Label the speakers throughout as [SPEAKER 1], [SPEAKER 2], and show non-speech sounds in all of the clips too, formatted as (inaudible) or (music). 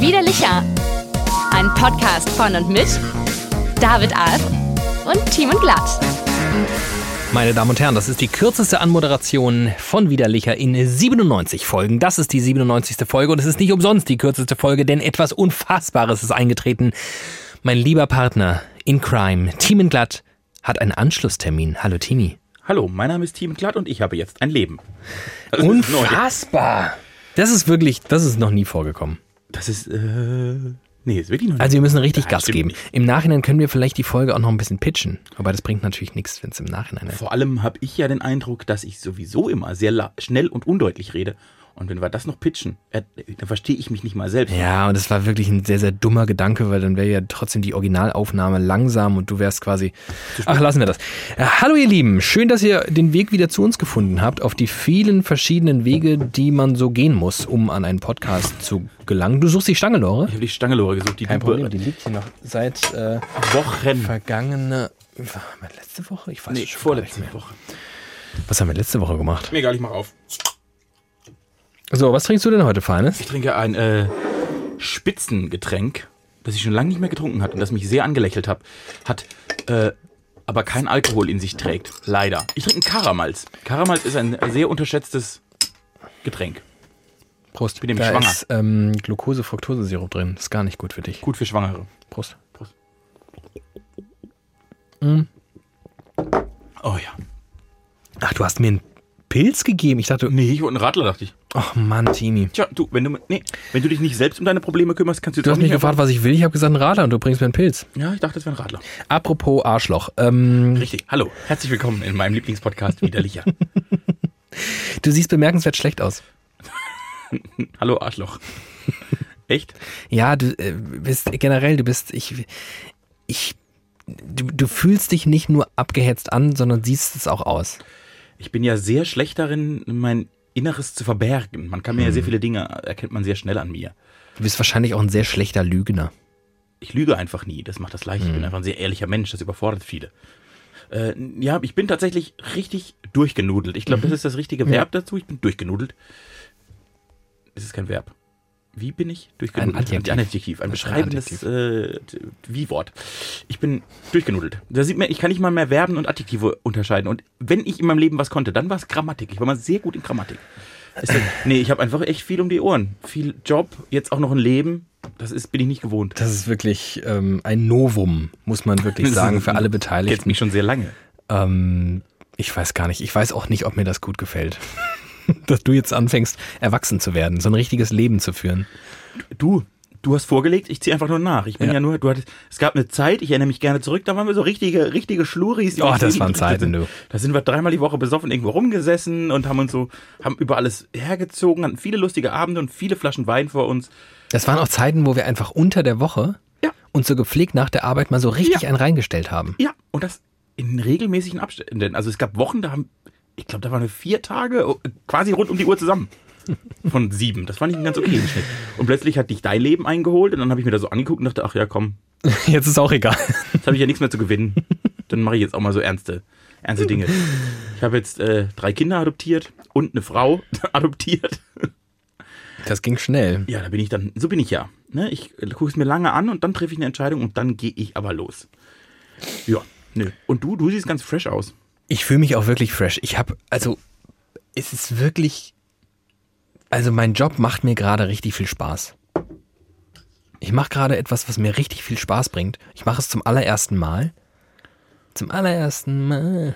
[SPEAKER 1] Widerlicher. Ein Podcast von und mit David Alf und Team und Glatt.
[SPEAKER 2] Meine Damen und Herren, das ist die kürzeste Anmoderation von Widerlicher in 97 Folgen. Das ist die 97. Folge und es ist nicht umsonst die kürzeste Folge, denn etwas Unfassbares ist eingetreten. Mein lieber Partner in Crime, Team in Glatt, hat einen Anschlusstermin. Hallo Timi.
[SPEAKER 3] Hallo, mein Name ist Team Glatt und ich habe jetzt ein Leben. Das ist neu.
[SPEAKER 2] Unfassbar! Das ist wirklich, das ist noch nie vorgekommen.
[SPEAKER 3] Das ist, äh, nee, ist wirklich noch nicht.
[SPEAKER 2] Also wir müssen richtig
[SPEAKER 3] Ja,
[SPEAKER 2] Gas
[SPEAKER 3] stimmt
[SPEAKER 2] geben.
[SPEAKER 3] nicht.
[SPEAKER 2] Im Nachhinein können wir vielleicht die Folge auch noch ein bisschen pitchen. Aber das bringt natürlich nichts, wenn es im Nachhinein ist.
[SPEAKER 3] Vor allem habe ich ja den Eindruck, dass ich sowieso immer sehr la- schnell und undeutlich rede. Und wenn wir das noch pitchen, äh, dann verstehe ich mich nicht mal selbst.
[SPEAKER 2] Ja, und es war wirklich ein sehr, sehr dummer Gedanke, weil dann wäre ja trotzdem die Originalaufnahme langsam und du wärst quasi. Ach, lassen wir das. Äh, Hallo ihr Lieben, schön, dass ihr den Weg wieder zu uns gefunden habt, auf die vielen verschiedenen Wege, die man so gehen muss, um an einen Podcast zu gelangen. Du suchst die Stange, Lore?
[SPEAKER 3] Ich habe die Stangelore gesucht, die du
[SPEAKER 2] die liegt hier noch seit äh,
[SPEAKER 3] Wochen.
[SPEAKER 2] vergangene. War das letzte Woche? Ich weiß
[SPEAKER 3] Nee,
[SPEAKER 2] es schon gar nicht
[SPEAKER 3] vorletzte Woche.
[SPEAKER 2] mehr. Was haben wir letzte Woche gemacht?
[SPEAKER 3] Mir egal, ich mach auf.
[SPEAKER 2] So, was trinkst du denn heute, Feines?
[SPEAKER 3] Ich trinke ein äh, Spitzengetränk, das ich schon lange nicht mehr getrunken hatte und das mich sehr angelächelt hab, hat, äh, aber kein Alkohol in sich trägt. Leider. Ich trinke einen Karamals. Karamals ist ein sehr unterschätztes Getränk.
[SPEAKER 2] Prost. Ich
[SPEAKER 3] bin nämlich
[SPEAKER 2] da
[SPEAKER 3] schwanger.
[SPEAKER 2] ist ähm, Glucose-Fructose-Sirup drin. Ist gar nicht gut für dich.
[SPEAKER 3] Gut für Schwangere.
[SPEAKER 2] Prost.
[SPEAKER 3] Oh ja.
[SPEAKER 2] Ach, du hast mir einen Pilz gegeben. Ich dachte,
[SPEAKER 3] Nee, ich wollte einen Radler, dachte ich.
[SPEAKER 2] ach Mann, Tini.
[SPEAKER 3] Tja, du, wenn du, nee, wenn du dich nicht selbst um deine Probleme kümmerst, kannst du jetzt
[SPEAKER 2] Du
[SPEAKER 3] auch
[SPEAKER 2] hast mich
[SPEAKER 3] nicht
[SPEAKER 2] gefragt, was ich will. Ich habe gesagt, ein Radler und du bringst mir einen Pilz.
[SPEAKER 3] mehr- Ja, ich dachte, es wäre ein Radler.
[SPEAKER 2] Apropos Arschloch. Ähm,
[SPEAKER 3] Richtig. Hallo. Herzlich willkommen in meinem Lieblingspodcast (laughs) Widerlicher.
[SPEAKER 2] du siehst bemerkenswert schlecht aus.
[SPEAKER 3] Hallo, Arschloch. Echt?
[SPEAKER 2] Ja, du äh, bist generell, du bist, ich, ich, du, du fühlst dich nicht nur abgehetzt an, sondern siehst es auch aus.
[SPEAKER 3] Ich bin ja sehr schlecht darin, mein Inneres zu verbergen. Man kann mir ja sehr viele Dinge, erkennt man sehr schnell an mir.
[SPEAKER 2] Du bist wahrscheinlich auch ein sehr schlechter Lügner.
[SPEAKER 3] Ich lüge einfach nie. Das macht das leicht.
[SPEAKER 2] Mhm.
[SPEAKER 3] Ich bin einfach ein sehr ehrlicher Mensch. Das überfordert viele. Äh, ja, ich bin tatsächlich richtig durchgenudelt. Ich
[SPEAKER 2] Mhm.
[SPEAKER 3] glaube, das ist das richtige Verb dazu. Ich bin durchgenudelt. Es ist kein Verb. Wie bin ich? Durchgenudelt.
[SPEAKER 2] Ein Adjektiv.
[SPEAKER 3] Ein, Adjektiv, ein
[SPEAKER 2] Das ist ein
[SPEAKER 3] beschreibendes äh, t- Wie-Wort. Ich bin durchgenudelt. Da sieht man, ich kann nicht mal mehr Verben und Adjektive unterscheiden. Und wenn ich in meinem Leben was konnte, dann war es Grammatik. Ich war mal sehr gut in Grammatik. Ist das, nee, ich habe einfach echt viel um die Ohren. Viel Job, jetzt auch noch ein Leben. Das ist, bin ich nicht gewohnt.
[SPEAKER 2] Das ist wirklich ähm, ein Novum, muss man wirklich (laughs)
[SPEAKER 3] Das
[SPEAKER 2] sagen,
[SPEAKER 3] ist-
[SPEAKER 2] für alle
[SPEAKER 3] Kennst
[SPEAKER 2] Beteiligten.
[SPEAKER 3] mich schon sehr lange.
[SPEAKER 2] Ähm, ich weiß gar nicht. Ich weiß auch nicht, ob mir das gut gefällt. (laughs) Dass du jetzt anfängst, erwachsen zu werden, so ein richtiges Leben zu führen.
[SPEAKER 3] Du, du hast vorgelegt, ich ziehe einfach nur nach. Ich bin
[SPEAKER 2] Ja.
[SPEAKER 3] ja, nur, du hattest, es gab eine Zeit, ich erinnere mich gerne zurück, da waren wir so richtige, richtige Schluris. die
[SPEAKER 2] Oh,
[SPEAKER 3] uns
[SPEAKER 2] das
[SPEAKER 3] jeden
[SPEAKER 2] waren
[SPEAKER 3] Tag-
[SPEAKER 2] Zeiten, du.
[SPEAKER 3] Da sind wir dreimal die Woche besoffen irgendwo rumgesessen und haben uns so, haben über alles hergezogen, hatten viele lustige Abende und viele Flaschen Wein vor uns.
[SPEAKER 2] Das waren auch Zeiten, wo wir einfach unter der Woche
[SPEAKER 3] Ja.
[SPEAKER 2] und so gepflegt nach der Arbeit mal so richtig
[SPEAKER 3] Ja.
[SPEAKER 2] einen reingestellt
[SPEAKER 3] (laughs)
[SPEAKER 2] haben.
[SPEAKER 3] Ja, und das in regelmäßigen Abständen. Also es gab Wochen, da haben, ich glaube, da waren wir vier Tage oh, quasi rund um die Uhr zusammen. Von sieben. Das fand ich einen ganz okay Schnitt. Und plötzlich hat dich dein Leben eingeholt und dann habe ich mir da so angeguckt und dachte, ach ja, komm,
[SPEAKER 2] Jetzt ist auch egal.
[SPEAKER 3] Jetzt habe ich ja nichts mehr zu gewinnen. Dann mache ich jetzt auch mal so ernste, ernste Dinge. Ich habe jetzt äh, drei Kinder adoptiert und eine Frau (laughs) adoptiert.
[SPEAKER 2] Das ging schnell.
[SPEAKER 3] Ja, da bin ich dann, so bin ich ja. Ne? Ich gucke es mir lange an und dann treffe ich eine Entscheidung und dann gehe ich aber los. Ja, nö. Und du, du siehst ganz fresh aus.
[SPEAKER 2] Ich fühle mich auch wirklich fresh. Ich habe, also, es ist wirklich, also mein Job macht mir gerade richtig viel Spaß. Ich mache gerade etwas, was mir richtig viel Spaß bringt. Ich mache es zum allerersten Mal. Zum allerersten Mal.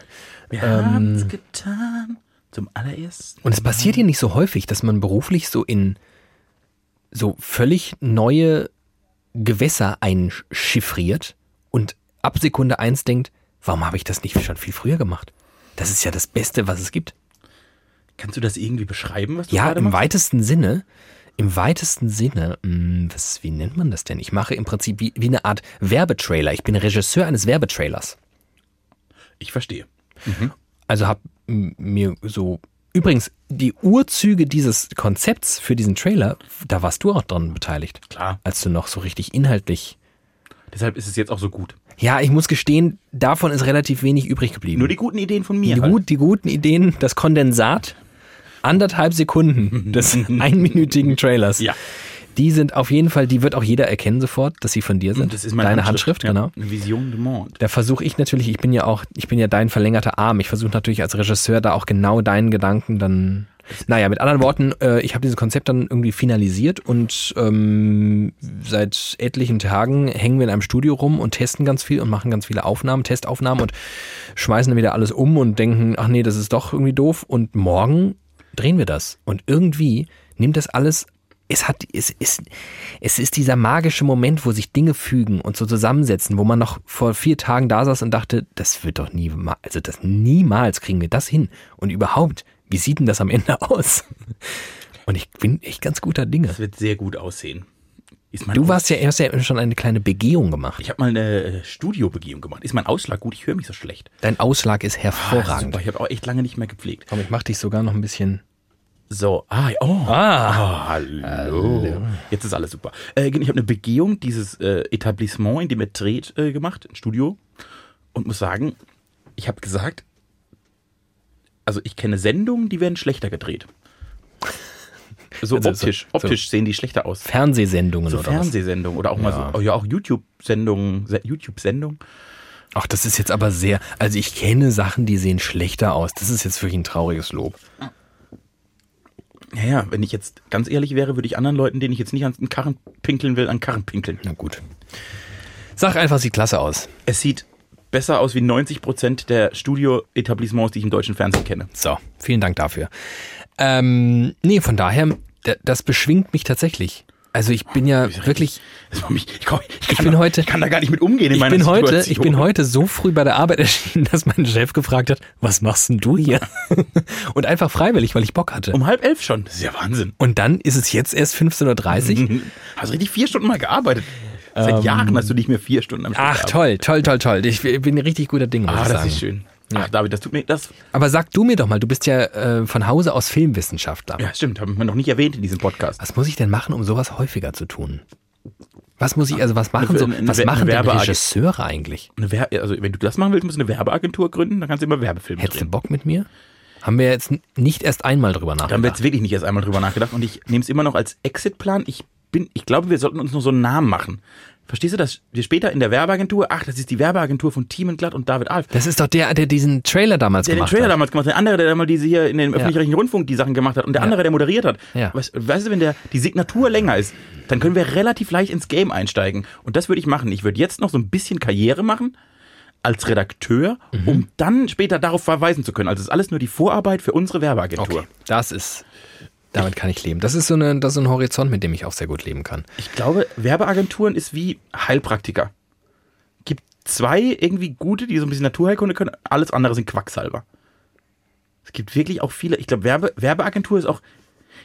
[SPEAKER 3] Wir haben's getan. Zum allerersten.
[SPEAKER 2] Ähm. Und es passiert hier nicht so häufig, dass man beruflich so in so völlig neue Gewässer einschiffriert und ab Sekunde eins denkt, warum habe ich das nicht schon viel früher gemacht? Das ist ja das Beste, was es gibt.
[SPEAKER 3] Kannst du das irgendwie beschreiben, was du
[SPEAKER 2] Ja,
[SPEAKER 3] gerade
[SPEAKER 2] im
[SPEAKER 3] machst?
[SPEAKER 2] weitesten Sinne, im weitesten Sinne, mh, was, wie nennt man das denn? Ich mache im Prinzip wie, wie eine Art Werbetrailer. Ich bin Regisseur eines Werbetrailers.
[SPEAKER 3] Ich verstehe.
[SPEAKER 2] Also habe mir so. Übrigens, die Urzüge dieses Konzepts für diesen Trailer, da warst du auch dran beteiligt.
[SPEAKER 3] Klar.
[SPEAKER 2] Als du noch so richtig inhaltlich.
[SPEAKER 3] Deshalb ist es jetzt auch so gut.
[SPEAKER 2] Ja, ich muss gestehen, davon ist relativ wenig übrig geblieben.
[SPEAKER 3] halt. Nur die guten Ideen von mir.
[SPEAKER 2] die,
[SPEAKER 3] halt.
[SPEAKER 2] gut, die guten Ideen, das Kondensat anderthalb
[SPEAKER 3] (laughs)
[SPEAKER 2] Sekunden des einminütigen Trailers.
[SPEAKER 3] Ja.
[SPEAKER 2] Die sind auf jeden Fall, die wird auch jeder erkennen sofort, dass sie von dir sind.
[SPEAKER 3] Das ist meine
[SPEAKER 2] Deine Handschrift,
[SPEAKER 3] ja.
[SPEAKER 2] genau.
[SPEAKER 3] Eine Vision de Monde.
[SPEAKER 2] Da versuche ich natürlich, ich bin ja auch, ich bin ja dein verlängerter Arm. Ich versuche natürlich als Regisseur da auch genau deinen Gedanken dann. Naja, mit anderen Worten, äh, ich habe dieses Konzept dann irgendwie finalisiert und ähm, seit etlichen Tagen hängen wir in einem Studio rum und testen ganz viel und machen ganz viele Aufnahmen, Testaufnahmen und schmeißen dann wieder alles um und denken, ach nee, das ist doch irgendwie doof. Und morgen drehen wir das. Und irgendwie nimmt das alles es hat, es ist, es ist dieser magische Moment, wo sich Dinge fügen und so zusammensetzen, wo man noch vor vier Tagen da saß und dachte, das wird doch nie, ma- also das niemals kriegen wir das hin. Und überhaupt, wie sieht denn das am Ende (laughs) aus? Und ich bin echt ganz guter Dinge.
[SPEAKER 3] Das wird sehr gut aussehen. Ist mein
[SPEAKER 2] Du
[SPEAKER 3] Aus-
[SPEAKER 2] warst ja erst ja schon eine kleine Begehung gemacht.
[SPEAKER 3] Ich habe mal eine äh, Studiobegehung gemacht. Ist mein Ausschlag gut? Ich höre mich so schlecht.
[SPEAKER 2] Dein Ausschlag ist
[SPEAKER 3] Ah,
[SPEAKER 2] hervorragend.
[SPEAKER 3] Super, ich habe auch echt lange nicht mehr gepflegt.
[SPEAKER 2] Komm, ich mach dich sogar noch ein bisschen.
[SPEAKER 3] So, ah, oh.
[SPEAKER 2] Ah!
[SPEAKER 3] Ah, hallo. Jetzt ist alles super. Äh, ich habe eine Begehung dieses äh, Etablissement, in dem er dreht, äh, gemacht, ein Studio. Und muss sagen, ich habe gesagt, also ich kenne Sendungen, die werden schlechter gedreht. So
[SPEAKER 2] Also, so-
[SPEAKER 3] optisch,
[SPEAKER 2] so-
[SPEAKER 3] optisch sehen die schlechter aus.
[SPEAKER 2] Fernsehsendungen
[SPEAKER 3] So
[SPEAKER 2] oder was?
[SPEAKER 3] Fernsehsendungen oder auch mal so, oh ja, auch YouTube-Sendungen, Se- YouTube-Sendungen.
[SPEAKER 2] Ach, das ist jetzt aber sehr. Also ich kenne Sachen, die sehen schlechter aus. Das ist jetzt wirklich ein trauriges Lob.
[SPEAKER 3] Ja, ja, wenn ich jetzt ganz ehrlich wäre, würde ich anderen Leuten, denen ich jetzt nicht an den Karren pinkeln will, an den Karren pinkeln.
[SPEAKER 2] Na gut. Sag einfach, sieht klasse aus.
[SPEAKER 3] Es sieht besser aus wie 90% der Studio-Etablissements, die ich im deutschen Fernsehen kenne.
[SPEAKER 2] So, vielen Dank dafür. Ähm, nee, von daher, d- das beschwingt mich tatsächlich. Also ich bin ja wirklich,
[SPEAKER 3] Das war mich, ich, komm, ich, kann
[SPEAKER 2] bin
[SPEAKER 3] da,
[SPEAKER 2] heute-
[SPEAKER 3] ich kann da gar nicht mit umgehen in
[SPEAKER 2] ich
[SPEAKER 3] meiner
[SPEAKER 2] bin, heute,
[SPEAKER 3] Situation.
[SPEAKER 2] ich bin heute so früh bei der Arbeit (laughs) erschienen, dass mein Chef gefragt hat, was machst denn du hier? (laughs) Und einfach freiwillig, weil ich Bock hatte.
[SPEAKER 3] Um halb elf schon. Das ist ja Wahnsinn.
[SPEAKER 2] Und dann ist es jetzt erst 15.30
[SPEAKER 3] Mhm.
[SPEAKER 2] Uhr.
[SPEAKER 3] Hast richtig vier Stunden mal gearbeitet. Seit Jahren hast du nicht mehr vier Stunden am Stück
[SPEAKER 2] Ähm, Ach
[SPEAKER 3] gearbeitet.
[SPEAKER 2] toll, toll, toll, toll. Ich bin richtig guter Dinge, muss
[SPEAKER 3] Ah,
[SPEAKER 2] ich
[SPEAKER 3] das
[SPEAKER 2] sagen.
[SPEAKER 3] ist schön. Ach, David, das tut mir, das,
[SPEAKER 2] Aber sag du mir doch mal, du bist ja äh, von Hause aus Filmwissenschaftler.
[SPEAKER 3] ja stimmt, haben wir noch nicht erwähnt in diesem Podcast.
[SPEAKER 2] Was muss ich denn machen, um sowas häufiger zu tun? Was muss ich, also was machen so,
[SPEAKER 3] Eine- eine-
[SPEAKER 2] was
[SPEAKER 3] eine
[SPEAKER 2] machen denn
[SPEAKER 3] Werbeagentur.
[SPEAKER 2] Regisseure eigentlich?
[SPEAKER 3] Eine Wer also, wenn du das machen willst, musst du eine Werbeagentur gründen, dann kannst du immer Werbefilme
[SPEAKER 2] Hättest du
[SPEAKER 3] drehen.
[SPEAKER 2] Bock mit mir? Haben wir jetzt n- nicht erst einmal drüber
[SPEAKER 3] Da haben wir
[SPEAKER 2] nachgedacht.
[SPEAKER 3] jetzt wirklich nicht erst einmal drüber nachgedacht und ich nehme es immer noch als Exit-Plan. Ich bin, ich glaube, wir sollten uns nur so einen Namen machen. Verstehst du, dass wir später in der Werbeagentur, ach, das ist die Werbeagentur von Team Glatt und David Alf.
[SPEAKER 2] Das ist doch der, der diesen Trailer damals
[SPEAKER 3] der den
[SPEAKER 2] gemacht
[SPEAKER 3] Trailer
[SPEAKER 2] hat.
[SPEAKER 3] damals gemacht hat, der andere, der damals diese hier in den öffentlich-rechtlichen Rundfunk die Sachen gemacht hat und der andere, der moderiert hat.
[SPEAKER 2] Ja.
[SPEAKER 3] Weißt, weißt du, wenn der die Signatur länger ist, dann können wir relativ leicht ins Game einsteigen. Und das würde ich machen. Ich würde jetzt noch so ein bisschen Karriere machen als Redakteur,
[SPEAKER 2] Mhm.
[SPEAKER 3] um dann später darauf verweisen zu können. Also es ist alles nur die Vorarbeit für unsere Werbeagentur.
[SPEAKER 2] Okay, das ist, damit kann ich leben. Das ist so, eine, das ist so ein Horizont, mit dem ich auch sehr gut leben kann.
[SPEAKER 3] Ich glaube, Werbeagenturen ist wie Heilpraktiker. Gibt zwei irgendwie gute, die so ein bisschen Naturheilkunde können, alles andere sind Quacksalber. Es gibt wirklich auch viele, ich glaube, Werbe, Werbeagentur ist auch,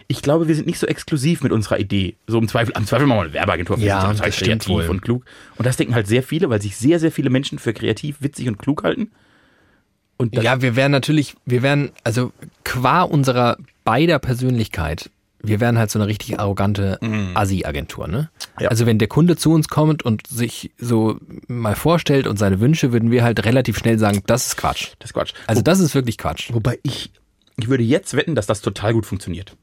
[SPEAKER 3] ich glaube, wir sind nicht so exklusiv mit unserer Idee. So im Zweifel, am Zweifel machen wir eine Werbeagentur, wir
[SPEAKER 2] Ja,
[SPEAKER 3] sind total
[SPEAKER 2] das stimmt
[SPEAKER 3] kreativ
[SPEAKER 2] wohl.
[SPEAKER 3] und klug. Und das denken halt sehr viele, weil sich sehr, sehr viele Menschen für kreativ, witzig und klug halten. Und das,
[SPEAKER 2] Ja, wir wären natürlich, wir wären, also qua unserer beider Persönlichkeit, wir wären halt so eine richtig arrogante Assi-Agentur, ne?
[SPEAKER 3] Mhm. Ja.
[SPEAKER 2] Also wenn der Kunde zu uns kommt und sich so mal vorstellt und seine Wünsche, würden wir halt relativ schnell sagen, das ist Quatsch.
[SPEAKER 3] das ist Quatsch.
[SPEAKER 2] Also das ist wirklich Quatsch.
[SPEAKER 3] Wobei ich, ich würde jetzt wetten, dass das total gut funktioniert.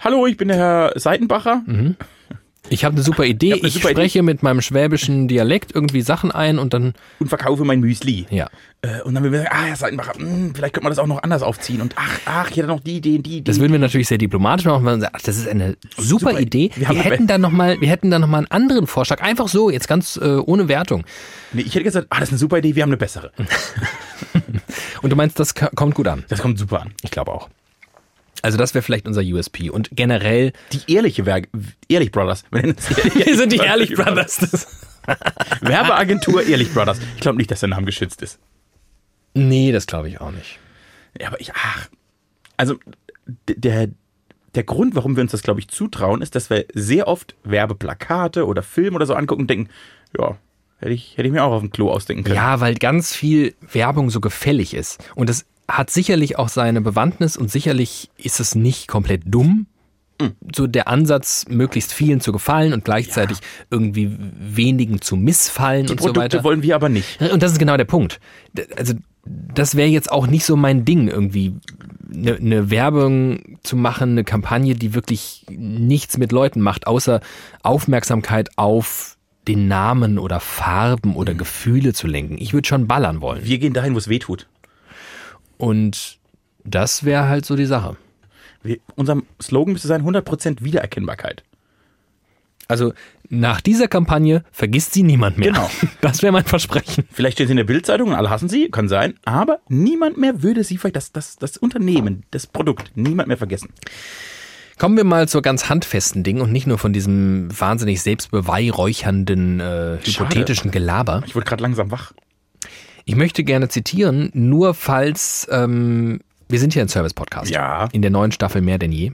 [SPEAKER 3] Hallo, ich bin der Herr Seitenbacher.
[SPEAKER 2] Ich habe eine super Idee, ich,
[SPEAKER 3] eine super Idee.
[SPEAKER 2] spreche mit meinem schwäbischen Dialekt irgendwie Sachen ein und dann,
[SPEAKER 3] und verkaufe mein Müsli.
[SPEAKER 2] ja.
[SPEAKER 3] Äh, Und dann würden wir sagen, ah, Herr Seitenbacher, mh, vielleicht könnte man das auch noch anders aufziehen. Und ach, ach, hier noch die, die, die, die.
[SPEAKER 2] Das würden wir natürlich sehr diplomatisch machen, weil wir sagen, ach, das ist eine super,
[SPEAKER 3] Super
[SPEAKER 2] Idee.
[SPEAKER 3] Idee.
[SPEAKER 2] Wir,
[SPEAKER 3] Wir haben eine
[SPEAKER 2] hätten dann noch mal, wir hätten dann nochmal einen anderen Vorschlag, einfach so, jetzt ganz äh, ohne Wertung.
[SPEAKER 3] nee, ich hätte gesagt, ah, das ist eine super Idee, wir haben eine bessere.
[SPEAKER 2] Mhm. Und du meinst, das ka- kommt gut an?
[SPEAKER 3] Das kommt super an.
[SPEAKER 2] Ich glaube auch. Also das wäre vielleicht unser USP. Und generell,
[SPEAKER 3] Die ehrliche Werke, Ehrlich Brothers. Wir nennen
[SPEAKER 2] (laughs)
[SPEAKER 3] es Ehrlich- Werbeagentur Ehrlich Brothers. Ich glaube nicht, dass der Name geschützt ist.
[SPEAKER 2] nee, das glaube ich auch nicht.
[SPEAKER 3] Ja, aber ich, ach. Also, d- der, der Grund, warum wir uns das, glaube ich, zutrauen, ist, dass wir sehr oft Werbeplakate oder Filme oder so angucken und denken, ja, hätte ich, hätte ich mir auch auf dem Klo ausdenken können.
[SPEAKER 2] Ja, weil ganz viel Werbung so gefällig ist. Und das hat sicherlich auch seine Bewandtnis und sicherlich ist es nicht komplett dumm.
[SPEAKER 3] Mhm.
[SPEAKER 2] So der Ansatz, möglichst vielen zu gefallen und gleichzeitig irgendwie wenigen zu missfallen
[SPEAKER 3] Die
[SPEAKER 2] und so
[SPEAKER 3] Produkte
[SPEAKER 2] weiter.
[SPEAKER 3] wollen wir aber nicht.
[SPEAKER 2] Und das ist genau der Punkt. D- Also das wäre jetzt auch nicht so mein Ding, irgendwie eine ne Werbung zu machen, eine Kampagne, die wirklich nichts mit Leuten macht, außer Aufmerksamkeit auf den Namen oder Farben oder Gefühle zu lenken. Ich würde schon ballern wollen.
[SPEAKER 3] Wir gehen dahin, wo es weh tut.
[SPEAKER 2] Und das wäre halt so die Sache.
[SPEAKER 3] Wir, unser Slogan müsste sein 100% Wiedererkennbarkeit.
[SPEAKER 2] Also nach dieser Kampagne vergisst sie niemand mehr.
[SPEAKER 3] Genau.
[SPEAKER 2] (laughs) Das wäre mein Versprechen.
[SPEAKER 3] Vielleicht stehen sie in der Bildzeitung und alle hassen sie, kann sein, aber niemand mehr würde sie vielleicht, das, das, das Unternehmen, das Produkt, niemand mehr vergessen.
[SPEAKER 2] Kommen wir mal zu ganz handfesten Dingen und nicht nur von diesem wahnsinnig selbstbeweihräuchernden äh, hypothetischen Gelaber.
[SPEAKER 3] Ich wurde gerade langsam wach.
[SPEAKER 2] Ich möchte gerne zitieren, nur falls ähm, wir sind hier ein Service-Podcast.
[SPEAKER 3] Ja.
[SPEAKER 2] In der neuen Staffel mehr denn (laughs) je.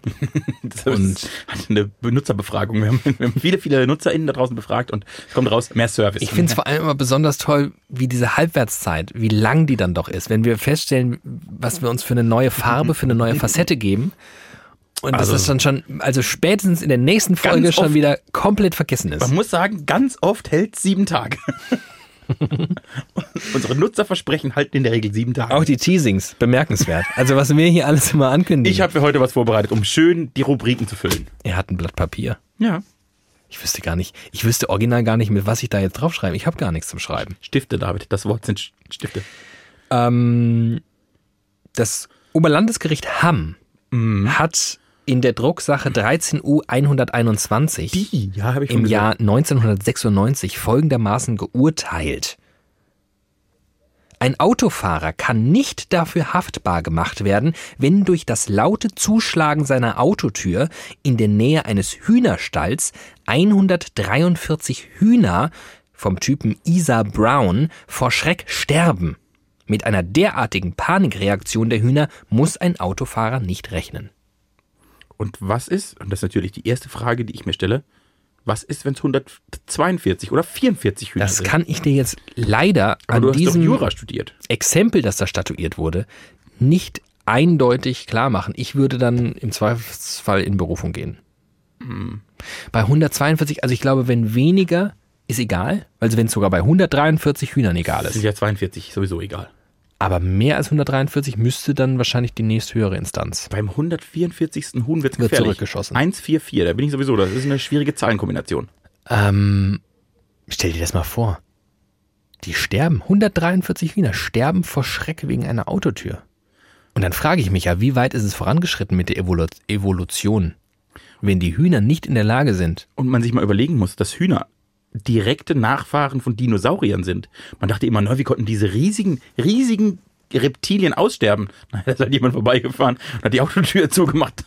[SPEAKER 3] Das und hat eine Benutzerbefragung. Wir haben, wir haben viele, viele NutzerInnen da draußen befragt und es kommt raus, mehr Service.
[SPEAKER 2] Ich finde es vor allem immer besonders toll, wie diese Halbwertszeit, wie lang die dann doch ist, wenn wir feststellen, was wir uns für eine neue Farbe, für eine neue Facette geben. Und
[SPEAKER 3] Also-
[SPEAKER 2] das ist dann schon, also spätestens in der nächsten Folge
[SPEAKER 3] Ganz
[SPEAKER 2] schon
[SPEAKER 3] oft-
[SPEAKER 2] wieder komplett vergessen ist.
[SPEAKER 3] Man muss sagen, ganz oft hält
[SPEAKER 2] (laughs)
[SPEAKER 3] sieben Tage. Unsere Nutzerversprechen halten in der Regel sieben Tage.
[SPEAKER 2] Auch die Teasings, bemerkenswert. Also was wir hier alles immer ankündigen.
[SPEAKER 3] Ich habe für heute was vorbereitet, um schön die Rubriken zu füllen.
[SPEAKER 2] er hat ein Blatt Papier.
[SPEAKER 3] Ja.
[SPEAKER 2] Ich wüsste gar nicht, ich wüsste original gar nicht, mit was ich da jetzt draufschreibe. Ich habe gar nichts zum Schreiben.
[SPEAKER 3] Stifte, David. Das Wort sind Sch- Stifte.
[SPEAKER 2] Ähm, das Oberlandesgericht Hamm hat in der Drucksache 13 U 121
[SPEAKER 3] ja, habe ich
[SPEAKER 2] im
[SPEAKER 3] schon
[SPEAKER 2] Jahr 1996 folgendermaßen geurteilt. Ein Autofahrer kann nicht dafür haftbar gemacht werden, wenn durch das laute Zuschlagen seiner Autotür in der Nähe eines Hühnerstalls 143 Hühner vom Typen Isa Brown vor Schreck sterben. Mit einer derartigen Panikreaktion der Hühner muss ein Autofahrer nicht rechnen.
[SPEAKER 3] Und was ist, und das ist natürlich die erste Frage, die ich mir stelle, was ist, wenn es 142 oder 44 Hühner
[SPEAKER 2] Das
[SPEAKER 3] sind?
[SPEAKER 2] kann ich dir jetzt leider
[SPEAKER 3] Also Aber
[SPEAKER 2] an
[SPEAKER 3] du hast doch
[SPEAKER 2] diesem
[SPEAKER 3] Jura studiert.
[SPEAKER 2] Exempel, das da statuiert wurde, nicht eindeutig klar machen. Ich würde dann im Zweifelsfall in Berufung gehen. Bei 142, also ich glaube, wenn weniger, ist egal. Also wenn es sogar bei 143 Hühnern egal
[SPEAKER 3] Das ist
[SPEAKER 2] ist.
[SPEAKER 3] ja 42, sowieso egal.
[SPEAKER 2] Aber mehr als 143 müsste dann wahrscheinlich die nächsthöhere Instanz.
[SPEAKER 3] Beim 144. Huhn wird's
[SPEAKER 2] Wird
[SPEAKER 3] gefährlich.
[SPEAKER 2] zurückgeschossen.
[SPEAKER 3] 144, da bin ich sowieso, das ist eine schwierige Zahlenkombination.
[SPEAKER 2] Ähm, stell dir das mal vor. Die sterben, 143 Hühner sterben vor Schreck wegen einer Autotür. Und dann frage ich mich ja, wie weit ist es vorangeschritten mit der Evolu Evolution, wenn die Hühner nicht in der Lage sind?
[SPEAKER 3] Und man sich mal überlegen muss, dass Hühner direkte Nachfahren von Dinosauriern sind. Man dachte immer, na, wie konnten diese riesigen, riesigen Reptilien aussterben? (laughs) Nein, da ist halt jemand vorbeigefahren und hat die Autotür (laughs) zugemacht.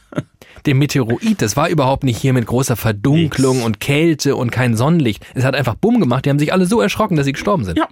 [SPEAKER 2] Der Meteoroid, das war überhaupt nicht hier mit großer Verdunklung
[SPEAKER 3] Nix.
[SPEAKER 2] und Kälte und kein Sonnenlicht. Es hat einfach Bumm gemacht, die haben sich alle so erschrocken, dass sie gestorben sind.
[SPEAKER 3] Ja.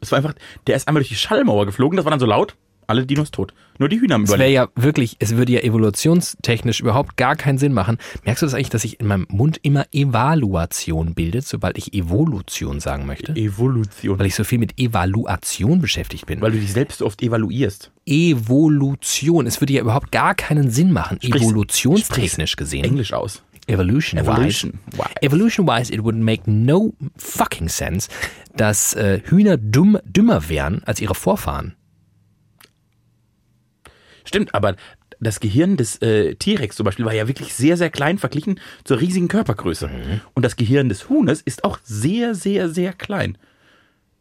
[SPEAKER 3] Das war einfach, der ist einmal durch die Schallmauer geflogen, das war dann so laut, alle Dinos tot. Nur die Hühner haben
[SPEAKER 2] Es wäre
[SPEAKER 3] überlebt.
[SPEAKER 2] ja wirklich, es würde ja evolutionstechnisch überhaupt gar keinen Sinn machen. Merkst du das eigentlich, dass ich in meinem Mund immer Evaluation bildet, sobald ich Evolution sagen möchte?
[SPEAKER 3] Evolution.
[SPEAKER 2] Weil ich so viel mit Evaluation beschäftigt bin.
[SPEAKER 3] Weil du dich selbst so oft evaluierst.
[SPEAKER 2] Evolution, es würde ja überhaupt gar keinen Sinn machen, evolutionstechnisch gesehen.
[SPEAKER 3] Englisch aus.
[SPEAKER 2] Evolution-wise.
[SPEAKER 3] Evolution-wise.
[SPEAKER 2] Evolution-wise, it would make no fucking sense, dass äh, Hühner dumm, dümmer wären als ihre Vorfahren.
[SPEAKER 3] Stimmt, aber das Gehirn des äh, T-Rex zum Beispiel war ja wirklich sehr, sehr klein verglichen zur riesigen Körpergröße.
[SPEAKER 2] Mhm.
[SPEAKER 3] Und das Gehirn des Huhnes ist auch sehr, sehr, sehr klein.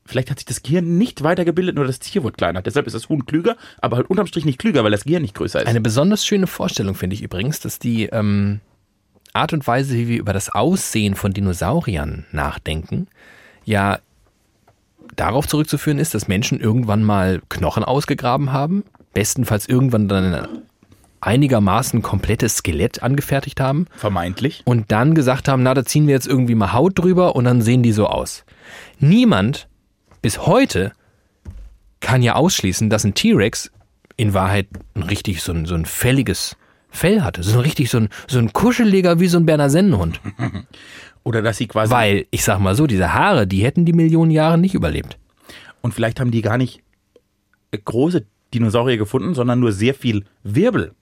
[SPEAKER 3] Vielleicht hat sich das Gehirn nicht weitergebildet, nur das Tier wurde kleiner. Deshalb ist das Huhn klüger, aber halt unterm Strich nicht klüger, weil das Gehirn nicht größer ist.
[SPEAKER 2] Eine besonders schöne Vorstellung finde ich übrigens, dass die ähm, Art und Weise, wie wir über das Aussehen von Dinosauriern nachdenken, ja darauf zurückzuführen ist, dass Menschen irgendwann mal Knochen ausgegraben haben, bestenfalls irgendwann dann ein einigermaßen komplettes Skelett angefertigt haben
[SPEAKER 3] Vermeintlich.
[SPEAKER 2] und dann gesagt haben, na, da ziehen wir jetzt irgendwie mal Haut drüber und dann sehen die so aus. Niemand bis heute kann ja ausschließen, dass ein T-Rex in Wahrheit ein richtig so ein, so ein fälliges Fell hatte. So ein richtig so ein, so ein kuscheliger wie so ein Berner Sennenhund.
[SPEAKER 3] Oder dass sie quasi.
[SPEAKER 2] Weil, ich sag mal so, diese Haare, die hätten die Millionen Jahre nicht überlebt.
[SPEAKER 3] Und vielleicht haben die gar nicht äh, große Dinosaurier gefunden, sondern nur sehr viel Wirbel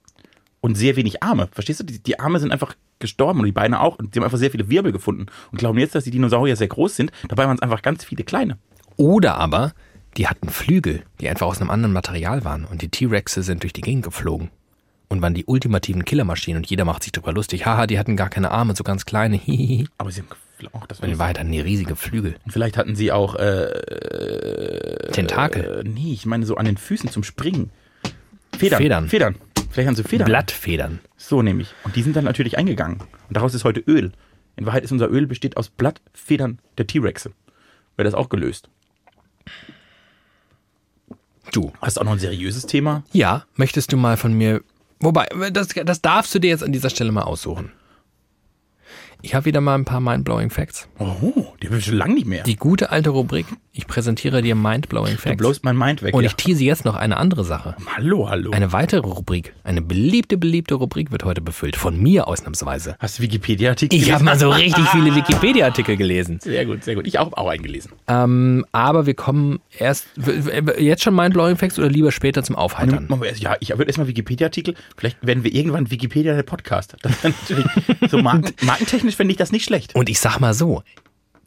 [SPEAKER 3] und sehr wenig Arme. Verstehst du? Die, die Arme sind einfach gestorben und die Beine auch. Und die haben einfach sehr viele Wirbel gefunden und glauben jetzt, dass die Dinosaurier sehr groß sind. Dabei waren es einfach ganz viele kleine.
[SPEAKER 2] Oder aber, Die hatten Flügel, die einfach aus einem anderen Material waren und die T-Rexe sind durch die Gegend geflogen. Und waren die ultimativen Killermaschinen und jeder macht sich drüber lustig. Haha, die hatten gar keine Arme, so ganz kleine. (laughs) Hihihi.
[SPEAKER 3] Aber sie haben auch das
[SPEAKER 2] Und in Wahrheit hatten die riesige Flügel.
[SPEAKER 3] Vielleicht hatten sie auch, äh,
[SPEAKER 2] Tentakel.
[SPEAKER 3] äh, nee, ich meine so an den Füßen zum Springen. Federn.
[SPEAKER 2] Federn.
[SPEAKER 3] Federn. Vielleicht haben sie Federn.
[SPEAKER 2] Blattfedern.
[SPEAKER 3] So nämlich. Und die sind dann natürlich eingegangen. Und daraus ist heute Öl. In Wahrheit ist unser Öl besteht aus Blattfedern der T-Rexe. Wäre das auch gelöst.
[SPEAKER 2] Du.
[SPEAKER 3] Hast du auch noch ein seriöses Thema?
[SPEAKER 2] Ja, möchtest du mal von mir. Wobei, das, das darfst du dir jetzt an dieser Stelle mal aussuchen. Ich habe wieder mal ein paar Mindblowing Facts.
[SPEAKER 3] Oh, die habe ich schon lange nicht mehr.
[SPEAKER 2] Die gute alte Rubrik, ich präsentiere dir Mindblowing
[SPEAKER 3] du
[SPEAKER 2] Facts.
[SPEAKER 3] bloßt mein Mind weg.
[SPEAKER 2] Und
[SPEAKER 3] ja.
[SPEAKER 2] ich tease jetzt noch eine andere Sache.
[SPEAKER 3] hallo, hallo.
[SPEAKER 2] Eine weitere Rubrik, eine beliebte, beliebte Rubrik wird heute befüllt. Von mir ausnahmsweise.
[SPEAKER 3] Hast du Wikipedia-Artikel
[SPEAKER 2] Ich habe
[SPEAKER 3] gelesen?
[SPEAKER 2] mal so richtig (laughs) viele Wikipedia-Artikel gelesen.
[SPEAKER 3] Sehr gut, sehr gut. Ich auch, auch eingelesen.
[SPEAKER 2] Ähm, aber wir kommen erst, w- w- jetzt schon Mindblowing Facts oder lieber später zum Aufheitern?
[SPEAKER 3] Machen wir erst, ja, ich würde erstmal Wikipedia-Artikel. Vielleicht werden wir irgendwann Wikipedia der Podcast. Das wäre natürlich
[SPEAKER 2] (laughs)
[SPEAKER 3] so marken, markentechnisch finde ich das nicht schlecht.
[SPEAKER 2] Und ich sag mal so,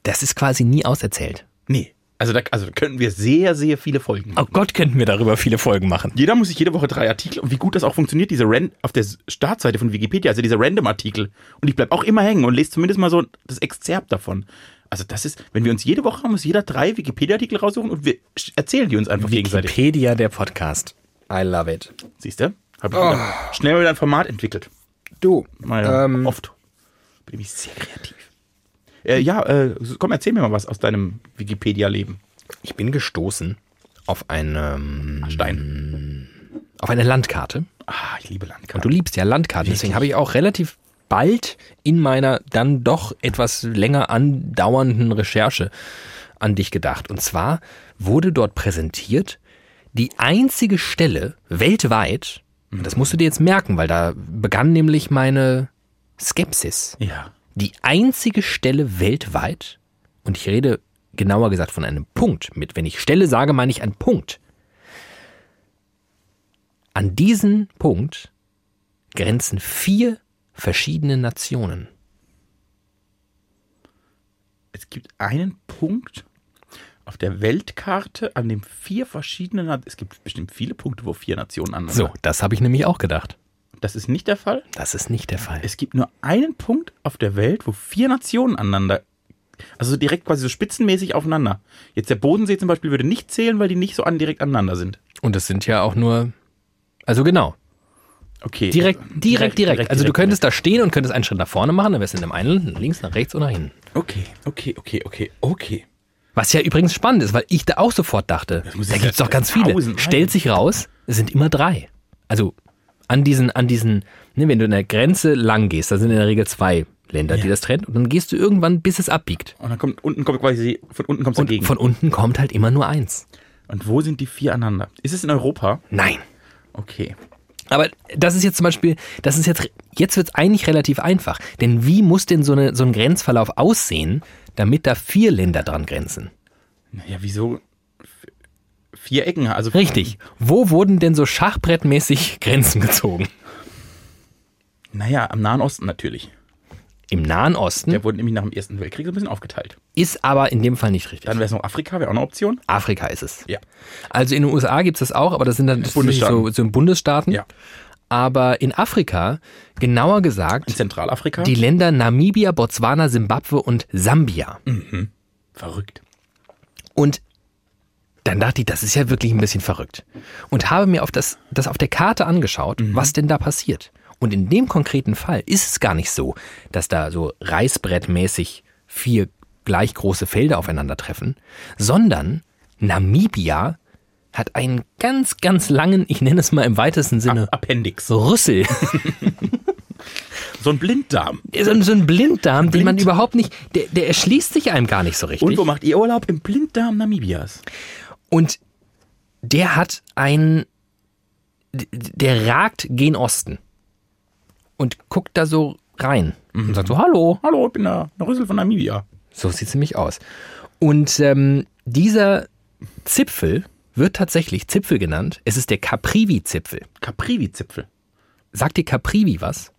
[SPEAKER 2] das ist quasi nie auserzählt.
[SPEAKER 3] Nee. Also da also könnten wir sehr, sehr viele Folgen.
[SPEAKER 2] Oh Gott, könnten wir darüber viele Folgen machen.
[SPEAKER 3] Jeder muss sich jede Woche drei Artikel und wie gut das auch funktioniert, diese Ran auf der Startseite von Wikipedia, also dieser Random-Artikel. Und ich bleib auch immer hängen und lese zumindest mal so das Exzerpt davon. Also das ist, wenn wir uns jede Woche haben, muss jeder drei Wikipedia-Artikel raussuchen und wir sch- erzählen die uns einfach gegenseitig.
[SPEAKER 2] Wikipedia, der Podcast. I love it.
[SPEAKER 3] Siehst du? Hab ich wieder schnell mal wieder ein Format entwickelt.
[SPEAKER 2] Du,
[SPEAKER 3] Mal ja,
[SPEAKER 2] Ah. ähm,
[SPEAKER 3] oft. Bin ich sehr kreativ. Äh, ja, äh, komm, erzähl mir mal was aus deinem Wikipedia-Leben.
[SPEAKER 2] ich bin gestoßen auf eine, ähm,
[SPEAKER 3] Stein.
[SPEAKER 2] auf eine Landkarte.
[SPEAKER 3] Ah, ich liebe
[SPEAKER 2] Und du
[SPEAKER 3] Landkarten.
[SPEAKER 2] liebst ja Landkarten. Deswegen habe ich auch relativ bald in meiner dann doch etwas länger andauernden Recherche an dich gedacht. Und zwar wurde dort präsentiert die einzige Stelle weltweit, und das musst du dir jetzt merken, weil da begann nämlich meine Skepsis.
[SPEAKER 3] Ja.
[SPEAKER 2] die einzige Stelle weltweit, und ich rede genauer gesagt von einem Punkt mit, wenn ich Stelle sage, meine ich einen Punkt. An diesen Punkt grenzen vier verschiedene Nationen.
[SPEAKER 3] Es gibt einen Punkt auf der Weltkarte, an dem vier verschiedene Na- Es gibt bestimmt viele Punkte, wo vier Nationen aneinander.
[SPEAKER 2] So, das habe ich nämlich auch gedacht.
[SPEAKER 3] Das ist nicht der Fall.
[SPEAKER 2] Das ist nicht der Fall.
[SPEAKER 3] Es gibt nur einen Punkt auf der Welt, wo vier Nationen aneinander. Also so direkt quasi so spitzenmäßig aufeinander. Jetzt der Bodensee zum Beispiel würde nicht zählen, weil die nicht so an direkt aneinander sind.
[SPEAKER 2] Und es sind ja auch nur. Also genau.
[SPEAKER 3] Okay. Äh,
[SPEAKER 2] Direkt, direkt, direkt. also du könntest da stehen und könntest einen Schritt nach vorne machen, dann wärst du in dem einen, nach links, nach rechts oder nach hinten.
[SPEAKER 3] Okay, okay, okay, okay, okay.
[SPEAKER 2] Was ja übrigens spannend ist, weil ich da auch sofort dachte,
[SPEAKER 3] muss
[SPEAKER 2] da
[SPEAKER 3] ich
[SPEAKER 2] gibt es
[SPEAKER 3] ja
[SPEAKER 2] doch ganz viele.
[SPEAKER 3] tausend, nein.
[SPEAKER 2] Stellt sich raus, es sind immer drei. Also an diesen, an diesen, ne, wenn du an der Grenze lang gehst, da sind in der Regel zwei Länder, die das trennen, und dann gehst du irgendwann, bis es abbiegt.
[SPEAKER 3] Und dann kommt unten kommt quasi von unten kommt
[SPEAKER 2] Und
[SPEAKER 3] dagegen.
[SPEAKER 2] von unten kommt halt immer nur eins.
[SPEAKER 3] Und wo sind die vier aneinander? Ist es in Europa?
[SPEAKER 2] Nein.
[SPEAKER 3] Okay.
[SPEAKER 2] Aber das ist jetzt zum Beispiel, das ist jetzt, jetzt wird es eigentlich relativ einfach. Denn wie muss denn so, eine, so ein Grenzverlauf aussehen, damit da vier Länder dran grenzen?
[SPEAKER 3] Naja, wieso F- vier Ecken? Also
[SPEAKER 2] Richtig. Wo wurden denn so schachbrettmäßig (laughs) Grenzen gezogen?
[SPEAKER 3] Naja, am Nahen Osten natürlich.
[SPEAKER 2] Im Nahen Osten.
[SPEAKER 3] Der wurde nämlich nach dem Ersten Weltkrieg so ein bisschen aufgeteilt.
[SPEAKER 2] Ist aber in dem Fall nicht richtig.
[SPEAKER 3] Dann wäre es noch Afrika, wäre auch eine Option.
[SPEAKER 2] Afrika ist es.
[SPEAKER 3] Ja.
[SPEAKER 2] Also in den USA gibt es das auch, aber das sind dann tatsächlich so,
[SPEAKER 3] Bundesstaaten.
[SPEAKER 2] so Bundesstaaten.
[SPEAKER 3] Ja.
[SPEAKER 2] Aber in Afrika, genauer gesagt,
[SPEAKER 3] In Zentralafrika.
[SPEAKER 2] die Länder Namibia, Botswana, Simbabwe und Sambia.
[SPEAKER 3] Verrückt.
[SPEAKER 2] Und dann dachte ich, das ist ja wirklich ein bisschen verrückt. Und habe mir auf das, das auf der Karte angeschaut,
[SPEAKER 3] Mhm.
[SPEAKER 2] was denn da passiert. Und in dem konkreten Fall ist es gar nicht so, dass da so reißbrettmäßig vier gleich große Felder aufeinandertreffen, sondern Namibia hat einen ganz, ganz langen, ich nenne es mal im weitesten
[SPEAKER 3] Ah.
[SPEAKER 2] Sinne,
[SPEAKER 3] Appendix.
[SPEAKER 2] Rüssel. (laughs)
[SPEAKER 3] So ein Blinddarm.
[SPEAKER 2] So, ein- so ein Blinddarm, den man
[SPEAKER 3] Blind.
[SPEAKER 2] überhaupt nicht, der, der erschließt sich einem gar nicht so richtig.
[SPEAKER 3] Und wo macht ihr Urlaub? Im Blinddarm Namibias.
[SPEAKER 2] Und der hat einen, d- der ragt gen Osten und guckt da so rein und sagt so, hallo.
[SPEAKER 3] Hallo, ich bin der, der Rüssel von Namibia.
[SPEAKER 2] So sieht's nämlich aus. Und ähm, dieser Zipfel wird tatsächlich Zipfel genannt. Es ist der Caprivi-Zipfel.
[SPEAKER 3] Caprivi-Zipfel.
[SPEAKER 2] Sagt dir Caprivi was?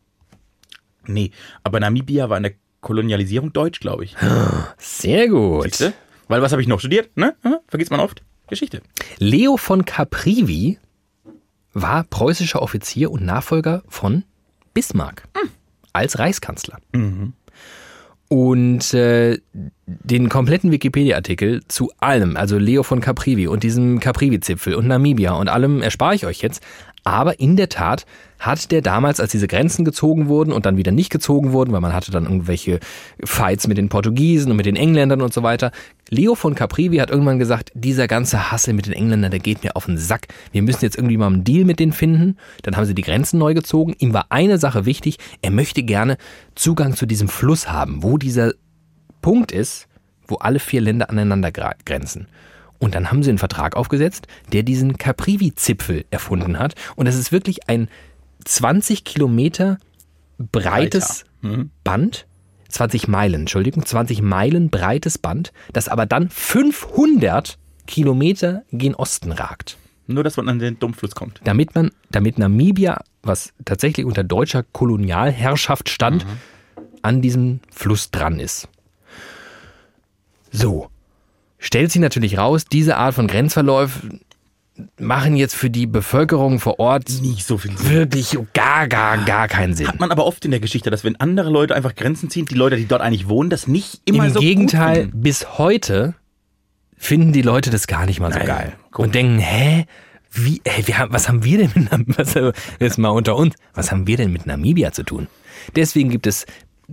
[SPEAKER 3] Nee, aber Namibia war in der Kolonialisierung deutsch, glaube ich.
[SPEAKER 2] Sehr gut.
[SPEAKER 3] Siehste? Weil was habe ich noch studiert? Ne? Hm? Vergisst man oft. Geschichte.
[SPEAKER 2] Leo von Caprivi war preußischer Offizier und Nachfolger von Bismarck als Reichskanzler. Und äh, den kompletten Wikipedia-Artikel zu allem, also Leo von Caprivi und diesem Caprivi-Zipfel und Namibia und allem erspare ich euch jetzt. Aber in der Tat hat der damals, als diese Grenzen gezogen wurden und dann wieder nicht gezogen wurden, weil man hatte dann irgendwelche Fights mit den Portugiesen und mit den Engländern und so weiter. Leo von Caprivi hat irgendwann gesagt, dieser ganze Hassel mit den Engländern, der geht mir auf den Sack. Wir müssen jetzt irgendwie mal einen Deal mit denen finden. Dann haben sie die Grenzen neu gezogen. Ihm war eine Sache wichtig. Er möchte gerne Zugang zu diesem Fluss haben, wo dieser Punkt ist, wo alle vier Länder aneinander gra- grenzen. Und dann haben sie einen Vertrag aufgesetzt, der diesen Caprivi-Zipfel erfunden hat. Und das ist wirklich ein 20 Kilometer breites Band, 20 Meilen, Entschuldigung, 20 Meilen breites Band, das aber dann 500 Kilometer gen Osten ragt
[SPEAKER 3] Nur, dass man an den Dummfluss kommt.
[SPEAKER 2] damit man, damit Namibia, was tatsächlich unter deutscher Kolonialherrschaft stand,
[SPEAKER 3] Mhm.
[SPEAKER 2] an diesem Fluss dran ist. So, stellt sich natürlich raus, diese Art von Grenzverläufen machen jetzt für die Bevölkerung vor Ort
[SPEAKER 3] Nicht so viel Sinn.
[SPEAKER 2] wirklich gar, gar, gar keinen Sinn.
[SPEAKER 3] Hat man aber oft in der Geschichte, dass wenn andere Leute einfach Grenzen ziehen, die Leute, die dort eigentlich wohnen, das nicht immer
[SPEAKER 2] Im
[SPEAKER 3] so
[SPEAKER 2] Gegenteil,
[SPEAKER 3] Gut finden.
[SPEAKER 2] bis heute finden die Leute das gar nicht mal so
[SPEAKER 3] Nein,
[SPEAKER 2] geil.
[SPEAKER 3] guck.
[SPEAKER 2] Und denken, hä? Wie, ey, wir haben, was haben wir denn mit Namibia, (laughs) was, jetzt mal unter uns, was haben wir denn mit Namibia zu tun? Deswegen gibt es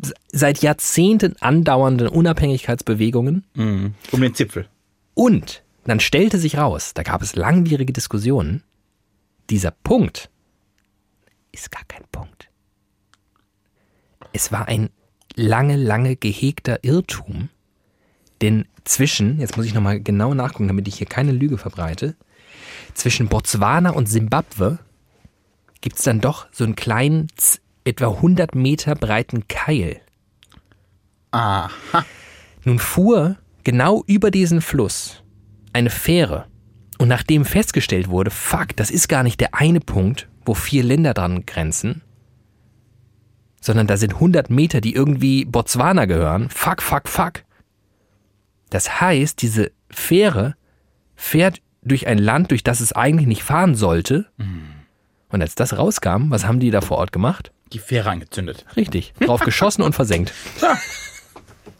[SPEAKER 2] s- seit Jahrzehnten andauernde Unabhängigkeitsbewegungen
[SPEAKER 3] um den Zipfel.
[SPEAKER 2] und dann stellte sich raus, da gab es langwierige Diskussionen, dieser Punkt ist gar kein Punkt. Es war ein lange, lange gehegter Irrtum, denn zwischen, jetzt muss ich nochmal genau nachgucken, damit ich hier keine Lüge verbreite, zwischen Botswana und Simbabwe gibt's dann doch so einen kleinen, z- etwa 100 Meter breiten Keil.
[SPEAKER 3] Ah.
[SPEAKER 2] Nun fuhr genau über diesen Fluss eine Fähre. Und nachdem festgestellt wurde, fuck, das ist gar nicht der eine Punkt, wo vier Länder dran grenzen, sondern da sind 100 Meter, die irgendwie Botswana gehören. Fuck, fuck, fuck. Das heißt, diese Fähre fährt durch ein Land, durch das es eigentlich nicht fahren sollte. Und als das rauskam, was haben die da vor Ort gemacht?
[SPEAKER 3] Die Fähre angezündet.
[SPEAKER 2] Richtig, drauf geschossen und versenkt.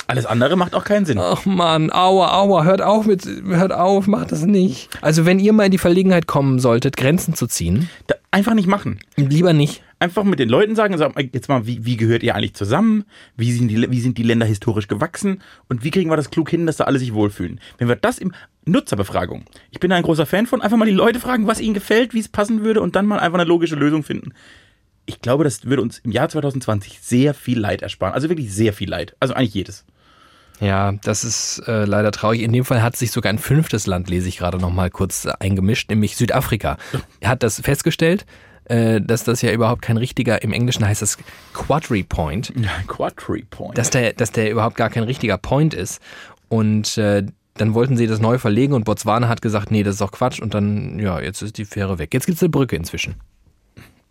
[SPEAKER 3] Alles andere macht auch keinen Sinn.
[SPEAKER 2] Ach man, aua, aua, hört auf mit, hört auf, macht das nicht. Also wenn ihr mal in die Verlegenheit kommen solltet, Grenzen zu ziehen,
[SPEAKER 3] Da, einfach nicht machen.
[SPEAKER 2] lieber nicht.
[SPEAKER 3] Einfach mit den Leuten sagen, sag, mal, jetzt mal, wie, wie gehört ihr eigentlich zusammen? Wie sind, die, wie sind die Länder historisch gewachsen? Und wie kriegen wir das klug hin, dass da alle sich wohlfühlen? Wenn wir das im Nutzerbefragung, ich bin da ein großer Fan von, einfach mal die Leute fragen, was ihnen gefällt, wie es passen würde und dann mal einfach eine logische Lösung finden. Ich glaube, das würde uns im Jahr 2020 sehr viel Leid ersparen. Also wirklich sehr viel Leid. Also eigentlich jedes.
[SPEAKER 2] Ja, das ist äh, leider traurig. In dem Fall hat sich sogar ein fünftes Land, lese ich gerade noch mal kurz äh, eingemischt, nämlich Südafrika. Hat das festgestellt, äh, dass das ja überhaupt kein richtiger, im Englischen heißt das Quadri Point,
[SPEAKER 3] Quadri Point.
[SPEAKER 2] dass der, dass der überhaupt gar kein richtiger Point ist. Und äh, dann wollten sie das neu verlegen und Botswana hat gesagt, nee, das ist doch Quatsch. Und dann, ja, jetzt ist die Fähre weg. Jetzt gibt's eine Brücke inzwischen.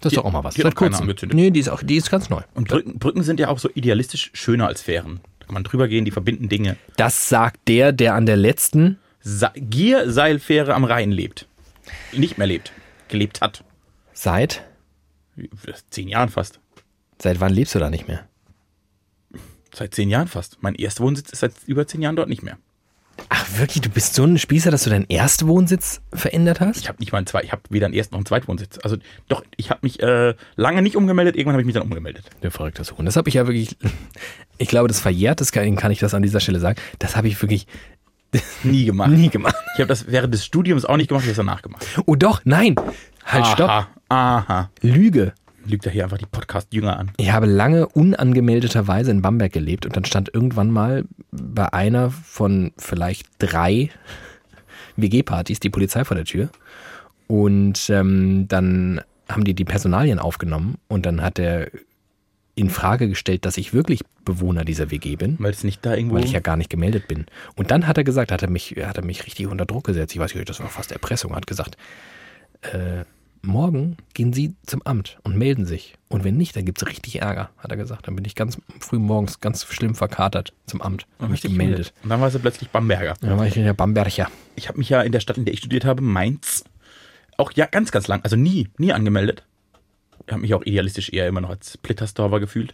[SPEAKER 2] Das ist
[SPEAKER 3] Die-
[SPEAKER 2] doch auch mal was.
[SPEAKER 3] die hat
[SPEAKER 2] Seit
[SPEAKER 3] auch keiner
[SPEAKER 2] kurzem.
[SPEAKER 3] angezündet.
[SPEAKER 2] Nee, die ist, auch, die ist ganz neu.
[SPEAKER 3] und Brücken, Brücken sind ja auch so idealistisch schöner als Fähren. Da kann man drüber gehen, die verbinden Dinge.
[SPEAKER 2] Das sagt der, der an der letzten
[SPEAKER 3] Sa Gierseilfähre am Rhein lebt. Nicht mehr lebt. Gelebt hat.
[SPEAKER 2] seit,
[SPEAKER 3] Zehn Jahren fast.
[SPEAKER 2] seit wann lebst du da nicht mehr?
[SPEAKER 3] Seit zehn Jahren fast. Mein Erstwohnsitz ist seit über zehn Jahren dort nicht mehr.
[SPEAKER 2] Ach wirklich, du bist so ein Spießer, dass du deinen Erstwohnsitz verändert hast?
[SPEAKER 3] Ich habe nicht mal einen zwei, ich habe weder einen Erst- noch einen Zweitwohnsitz. Also doch, ich habe mich äh, lange nicht umgemeldet, irgendwann habe ich mich dann umgemeldet.
[SPEAKER 2] Der verrückte Sohn. Das habe ich ja wirklich, (laughs) ich glaube, das verjährt, deswegen kann ich das an dieser Stelle sagen, das habe ich wirklich
[SPEAKER 3] Nie gemacht.
[SPEAKER 2] nie gemacht.
[SPEAKER 3] Ich habe das während des Studiums auch nicht gemacht, ich habe das danach gemacht.
[SPEAKER 2] Oh doch, nein, halt, stopp.
[SPEAKER 3] Aha, aha.
[SPEAKER 2] Lüge.
[SPEAKER 3] Lügt er hier einfach die Podcast-Jünger an.
[SPEAKER 2] Ich habe lange unangemeldeterweise in Bamberg gelebt und dann stand irgendwann mal bei einer von vielleicht drei (laughs) WG-Partys die Polizei vor der Tür. Und ähm, dann haben die die Personalien aufgenommen und dann hat er in Frage gestellt, dass ich wirklich Bewohner dieser WG bin,
[SPEAKER 3] Weil es nicht da irgendwo.
[SPEAKER 2] weil ich ja gar nicht gemeldet bin. Und dann hat er gesagt, hat er mich, hat er mich richtig unter Druck gesetzt. Ich weiß nicht, das war fast Erpressung. Hat gesagt, äh, morgen gehen Sie zum Amt und melden sich. Und wenn nicht, dann gibt es richtig Ärger, hat er gesagt. Dann bin ich ganz früh morgens ganz schlimm verkatert zum Amt. Hab mich gemeldet.
[SPEAKER 3] Und dann war sie plötzlich Bamberger.
[SPEAKER 2] Dann war ich in der Bamberger.
[SPEAKER 3] Ich habe mich ja in der Stadt, in der ich studiert habe, Mainz, auch ja ganz, ganz lang, also nie, nie angemeldet. Ich habe mich auch idealistisch eher immer noch als Splittersdorfer gefühlt.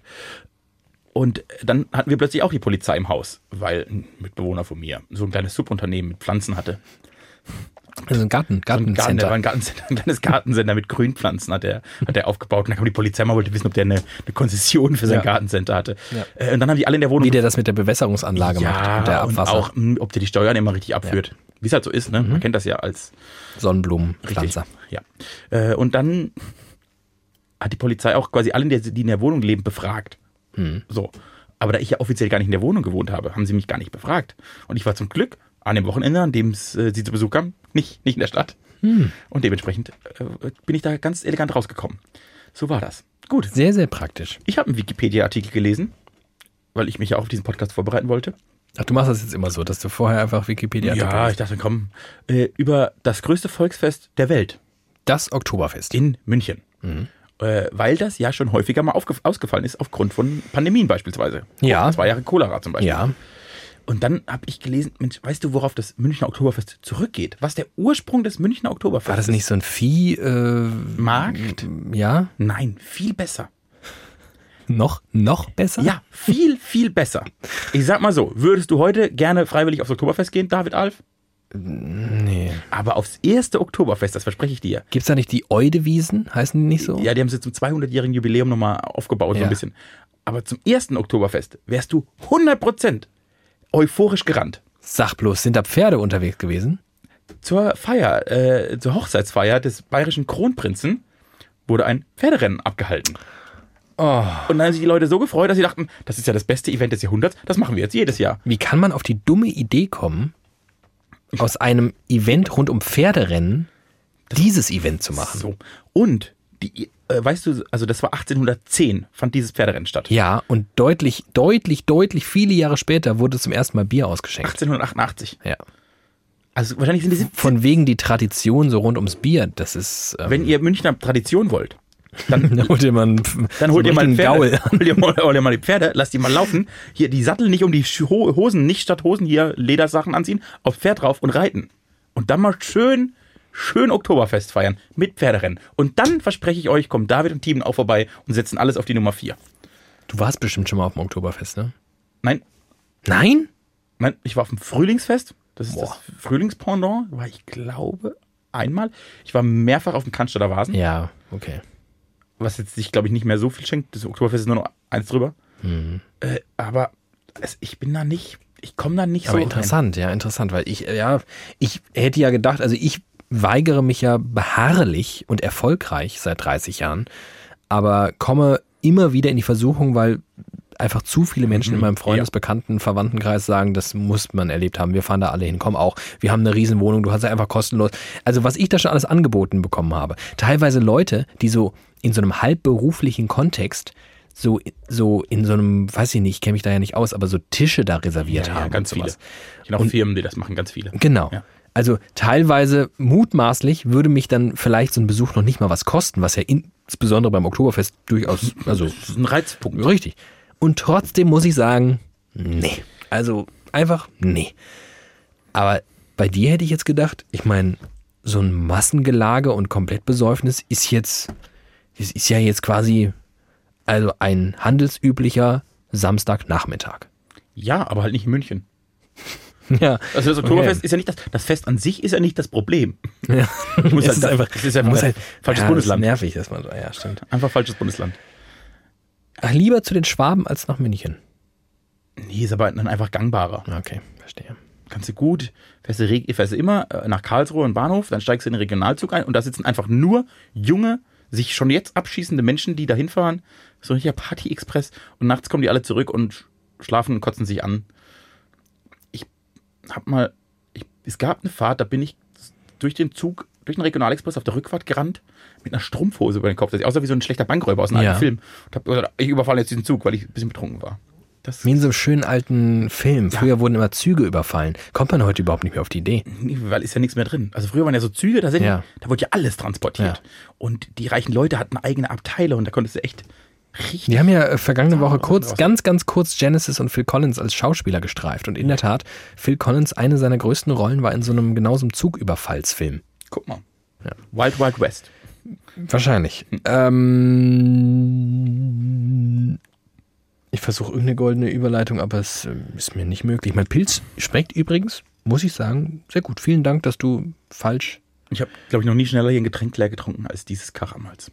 [SPEAKER 3] Und dann hatten wir plötzlich auch die Polizei im Haus, weil ein Mitbewohner von mir so ein kleines Subunternehmen mit Pflanzen hatte.
[SPEAKER 2] Also ein Garten,
[SPEAKER 3] So ein Garten, der
[SPEAKER 2] Gartencenter.
[SPEAKER 3] war ein, Gartencenter, ein kleines Gartencenter mit Grünpflanzen hat er hat er aufgebaut. Und dann kam die Polizei mal wollte wissen, ob der eine, eine Konzession für sein
[SPEAKER 2] Ja.
[SPEAKER 3] Gartencenter hatte.
[SPEAKER 2] Ja.
[SPEAKER 3] Äh, Und dann haben die alle in der Wohnung
[SPEAKER 2] Wie der das mit der Bewässerungsanlage macht und der Abwasser. Mhm.
[SPEAKER 3] auch, mh, ob der die Steuern immer richtig abführt. Wie es halt so ist, ne? Man kennt das ja als richtig.
[SPEAKER 2] Sonnenblumenpflanzer.
[SPEAKER 3] Ja. Äh, Und dann hat die Polizei auch quasi alle, die die in der Wohnung leben, befragt.
[SPEAKER 2] Mhm.
[SPEAKER 3] So. Aber da ich ja offiziell gar nicht in der Wohnung gewohnt habe, haben sie mich gar nicht befragt. Und ich war zum Glück an dem Wochenende, an dem es, äh, sie zu Besuch kamen, nicht, nicht in der Stadt.
[SPEAKER 2] Mhm.
[SPEAKER 3] Und dementsprechend äh, bin ich da ganz elegant rausgekommen. So war das. Gut.
[SPEAKER 2] Sehr, sehr praktisch.
[SPEAKER 3] Ich habe einen Wikipedia-Artikel gelesen, weil ich mich ja auf diesen Podcast vorbereiten wollte.
[SPEAKER 2] Ach, du machst das jetzt immer so, dass du vorher einfach Wikipedia
[SPEAKER 3] Ja, ich dachte, komm, äh, über das größte Volksfest der Welt
[SPEAKER 2] Das Oktoberfest.
[SPEAKER 3] in München.
[SPEAKER 2] Mhm.
[SPEAKER 3] Äh, weil das ja schon häufiger mal aufge- ausgefallen ist, aufgrund von Pandemien beispielsweise.
[SPEAKER 2] Ja.
[SPEAKER 3] Zwei Jahre Cholera zum Beispiel.
[SPEAKER 2] Ja.
[SPEAKER 3] Und dann habe ich gelesen, Mensch, weißt du, worauf das Münchner Oktoberfest zurückgeht? Was der Ursprung des Münchner Oktoberfestes
[SPEAKER 2] War das nicht so ein Vieh, äh,
[SPEAKER 3] Markt?
[SPEAKER 2] ja?
[SPEAKER 3] Nein, viel besser.
[SPEAKER 2] Noch, noch besser?
[SPEAKER 3] Ja, viel, viel besser. Ich sag mal so, würdest du heute gerne freiwillig aufs Oktoberfest gehen, David Alf?
[SPEAKER 2] Nee.
[SPEAKER 3] Aber aufs erste Oktoberfest, das verspreche ich dir.
[SPEAKER 2] Gibt's da nicht die Eudewiesen? Heißen die nicht so?
[SPEAKER 3] Ja, die haben sie zum 200-jährigen Jubiläum nochmal aufgebaut, so
[SPEAKER 2] Ja.
[SPEAKER 3] ein bisschen. Aber zum ersten Oktoberfest wärst du 100% euphorisch gerannt.
[SPEAKER 2] Sag bloß, sind da Pferde unterwegs gewesen?
[SPEAKER 3] Zur Feier, äh, zur Hochzeitsfeier des bayerischen Kronprinzen wurde ein Pferderennen abgehalten.
[SPEAKER 2] Oh.
[SPEAKER 3] Und dann haben sich die Leute so gefreut, dass sie dachten, das ist ja das beste Event des Jahrhunderts, das machen wir jetzt jedes Jahr.
[SPEAKER 2] Wie kann man auf die dumme Idee kommen, aus einem Event rund um Pferderennen dieses Event zu machen?
[SPEAKER 3] So. Und, die, äh, weißt du, also das war 1810, fand dieses Pferderennen statt.
[SPEAKER 2] Ja, und deutlich, deutlich, deutlich viele Jahre später wurde zum ersten Mal Bier ausgeschenkt.
[SPEAKER 3] 1888.
[SPEAKER 2] Ja.
[SPEAKER 3] Also wahrscheinlich sind die siebzehn-
[SPEAKER 2] Von wegen die Tradition so rund ums Bier, das ist. Ähm,
[SPEAKER 3] Wenn ihr Münchner Tradition wollt,
[SPEAKER 2] (laughs)
[SPEAKER 3] dann
[SPEAKER 2] dann holt ihr mal einen, Pf-
[SPEAKER 3] Dann holt
[SPEAKER 2] so
[SPEAKER 3] ihr mal
[SPEAKER 2] einen
[SPEAKER 3] Pferde.
[SPEAKER 2] Gaul.
[SPEAKER 3] Holt
[SPEAKER 2] (laughs)
[SPEAKER 3] ihr mal, holt ihr mal die Pferde, lasst die mal laufen. Hier die Sattel nicht um die Schu- Ho- Hosen, nicht statt Hosen hier Ledersachen anziehen, aufs Pferd drauf und reiten. Und dann mal schön, schön Oktoberfest feiern mit Pferderennen. Und dann verspreche ich euch, kommen David und Team auch vorbei und setzen alles auf die Nummer 4.
[SPEAKER 2] Du warst bestimmt schon mal auf dem Oktoberfest, ne?
[SPEAKER 3] Nein,
[SPEAKER 2] Nein?
[SPEAKER 3] nein, ich war auf dem Frühlingsfest. Das ist
[SPEAKER 2] Boah.
[SPEAKER 3] das Frühlingspendant. War ich glaube einmal. Ich war mehrfach auf dem Cannstatter Vasen,
[SPEAKER 2] Ja, okay.
[SPEAKER 3] was jetzt sich glaube ich nicht mehr so viel schenkt. Das Oktoberfest ist nur noch eins drüber.
[SPEAKER 2] Mhm.
[SPEAKER 3] Äh, aber es, ich bin da nicht, ich komme da nicht so.
[SPEAKER 2] Aber
[SPEAKER 3] rein.
[SPEAKER 2] interessant, ja, interessant, weil ich, äh, ja, ich hätte ja gedacht, also ich weigere mich ja beharrlich und erfolgreich seit 30 Jahren, aber komme immer wieder in die Versuchung, weil einfach zu viele Menschen in meinem Freundes-,
[SPEAKER 3] Mhm. ja.
[SPEAKER 2] Bekannten-, Verwandtenkreis sagen, das muss man erlebt haben, wir fahren da alle hin, komm auch, wir haben eine Riesenwohnung, du hast ja einfach kostenlos. Also was ich da schon alles angeboten bekommen habe. Teilweise Leute, die so in so einem halbberuflichen Kontext so, so in so einem, weiß ich nicht, ich kenne mich da ja nicht aus, aber so Tische da reserviert
[SPEAKER 3] Ja,
[SPEAKER 2] haben.
[SPEAKER 3] ja, ganz
[SPEAKER 2] und
[SPEAKER 3] viele.
[SPEAKER 2] sowas.
[SPEAKER 3] Ich kenne auch Firmen, die das machen, ganz viele.
[SPEAKER 2] Genau.
[SPEAKER 3] Ja.
[SPEAKER 2] Also teilweise mutmaßlich würde mich dann vielleicht so ein Besuch noch nicht mal was kosten, was ja insbesondere beim Oktoberfest durchaus, also
[SPEAKER 3] Das ist ein Reizpunkt.
[SPEAKER 2] richtig. Und trotzdem muss ich sagen, nee. Also einfach nee. Aber bei dir hätte ich jetzt gedacht, ich meine, so ein Massengelage und Komplettbesäufnis ist jetzt, das ist ja jetzt quasi also ein handelsüblicher Samstagnachmittag. (laughs)
[SPEAKER 3] Ja, aber halt nicht in München.
[SPEAKER 2] Ja,
[SPEAKER 3] Also das Oktoberfest ist ja nicht das, das Fest an sich ist ja nicht das Problem.
[SPEAKER 2] Ja.
[SPEAKER 3] (laughs) muss
[SPEAKER 2] Es
[SPEAKER 3] halt- es ist einfach
[SPEAKER 2] muss
[SPEAKER 3] falsches
[SPEAKER 2] ja,
[SPEAKER 3] Bundesland.
[SPEAKER 2] Das ist nervig, dass man so, ja, stimmt.
[SPEAKER 3] Einfach falsches Bundesland.
[SPEAKER 2] Ach, lieber zu den Schwaben als nach München.
[SPEAKER 3] Nee, ist aber dann einfach gangbarer.
[SPEAKER 2] Okay, verstehe.
[SPEAKER 3] Kannst du gut, fährst du, reg- fährst du immer äh, nach Karlsruhe und Bahnhof, dann steigst du in den Regionalzug ein und da sitzen einfach nur junge, sich schon jetzt abschießende Menschen, die da hinfahren. So ein richtiger Party-Express und nachts kommen die alle zurück und sch- schlafen und kotzen sich an. Ich hab mal, ich, es gab eine Fahrt, da bin ich durch den Zug, durch den Regionalexpress auf der Rückfahrt gerannt mit einer Strumpfhose über den Kopf, dass ich aussah wie so ein schlechter Bankräuber aus einem
[SPEAKER 2] Ja.
[SPEAKER 3] alten Film. Und hab gesagt, ich überfalle jetzt diesen Zug, weil ich ein bisschen betrunken war. Das
[SPEAKER 2] Wie in so einem schönen alten Film. Früher wurden immer Züge überfallen. Kommt man heute überhaupt nicht mehr auf die Idee.
[SPEAKER 3] Nee, weil ist ja nichts mehr drin. Also früher waren ja so Züge, da, sind,
[SPEAKER 2] Ja.
[SPEAKER 3] da wurde ja alles transportiert.
[SPEAKER 2] Ja.
[SPEAKER 3] Und die reichen Leute hatten eigene Abteile und da konntest du echt richtig.
[SPEAKER 2] Wir haben ja äh, vergangene Woche kurz,
[SPEAKER 3] raus.
[SPEAKER 2] ganz, ganz kurz Genesis und Phil Collins als Schauspieler gestreift. Und in der Tat, Phil Collins, eine seiner größten Rollen war in so einem genau so einem Zugüberfallsfilm.
[SPEAKER 3] Guck mal. Wild Wild West.
[SPEAKER 2] Wahrscheinlich. Ähm, ich versuche irgendeine goldene Überleitung, aber es ähm, ist mir nicht möglich. Mein Pilz schmeckt übrigens, muss ich sagen, sehr gut. Vielen Dank, dass du falsch.
[SPEAKER 3] Ich habe, glaube ich, noch nie schneller hier ein Getränk leer getrunken als dieses Karamals.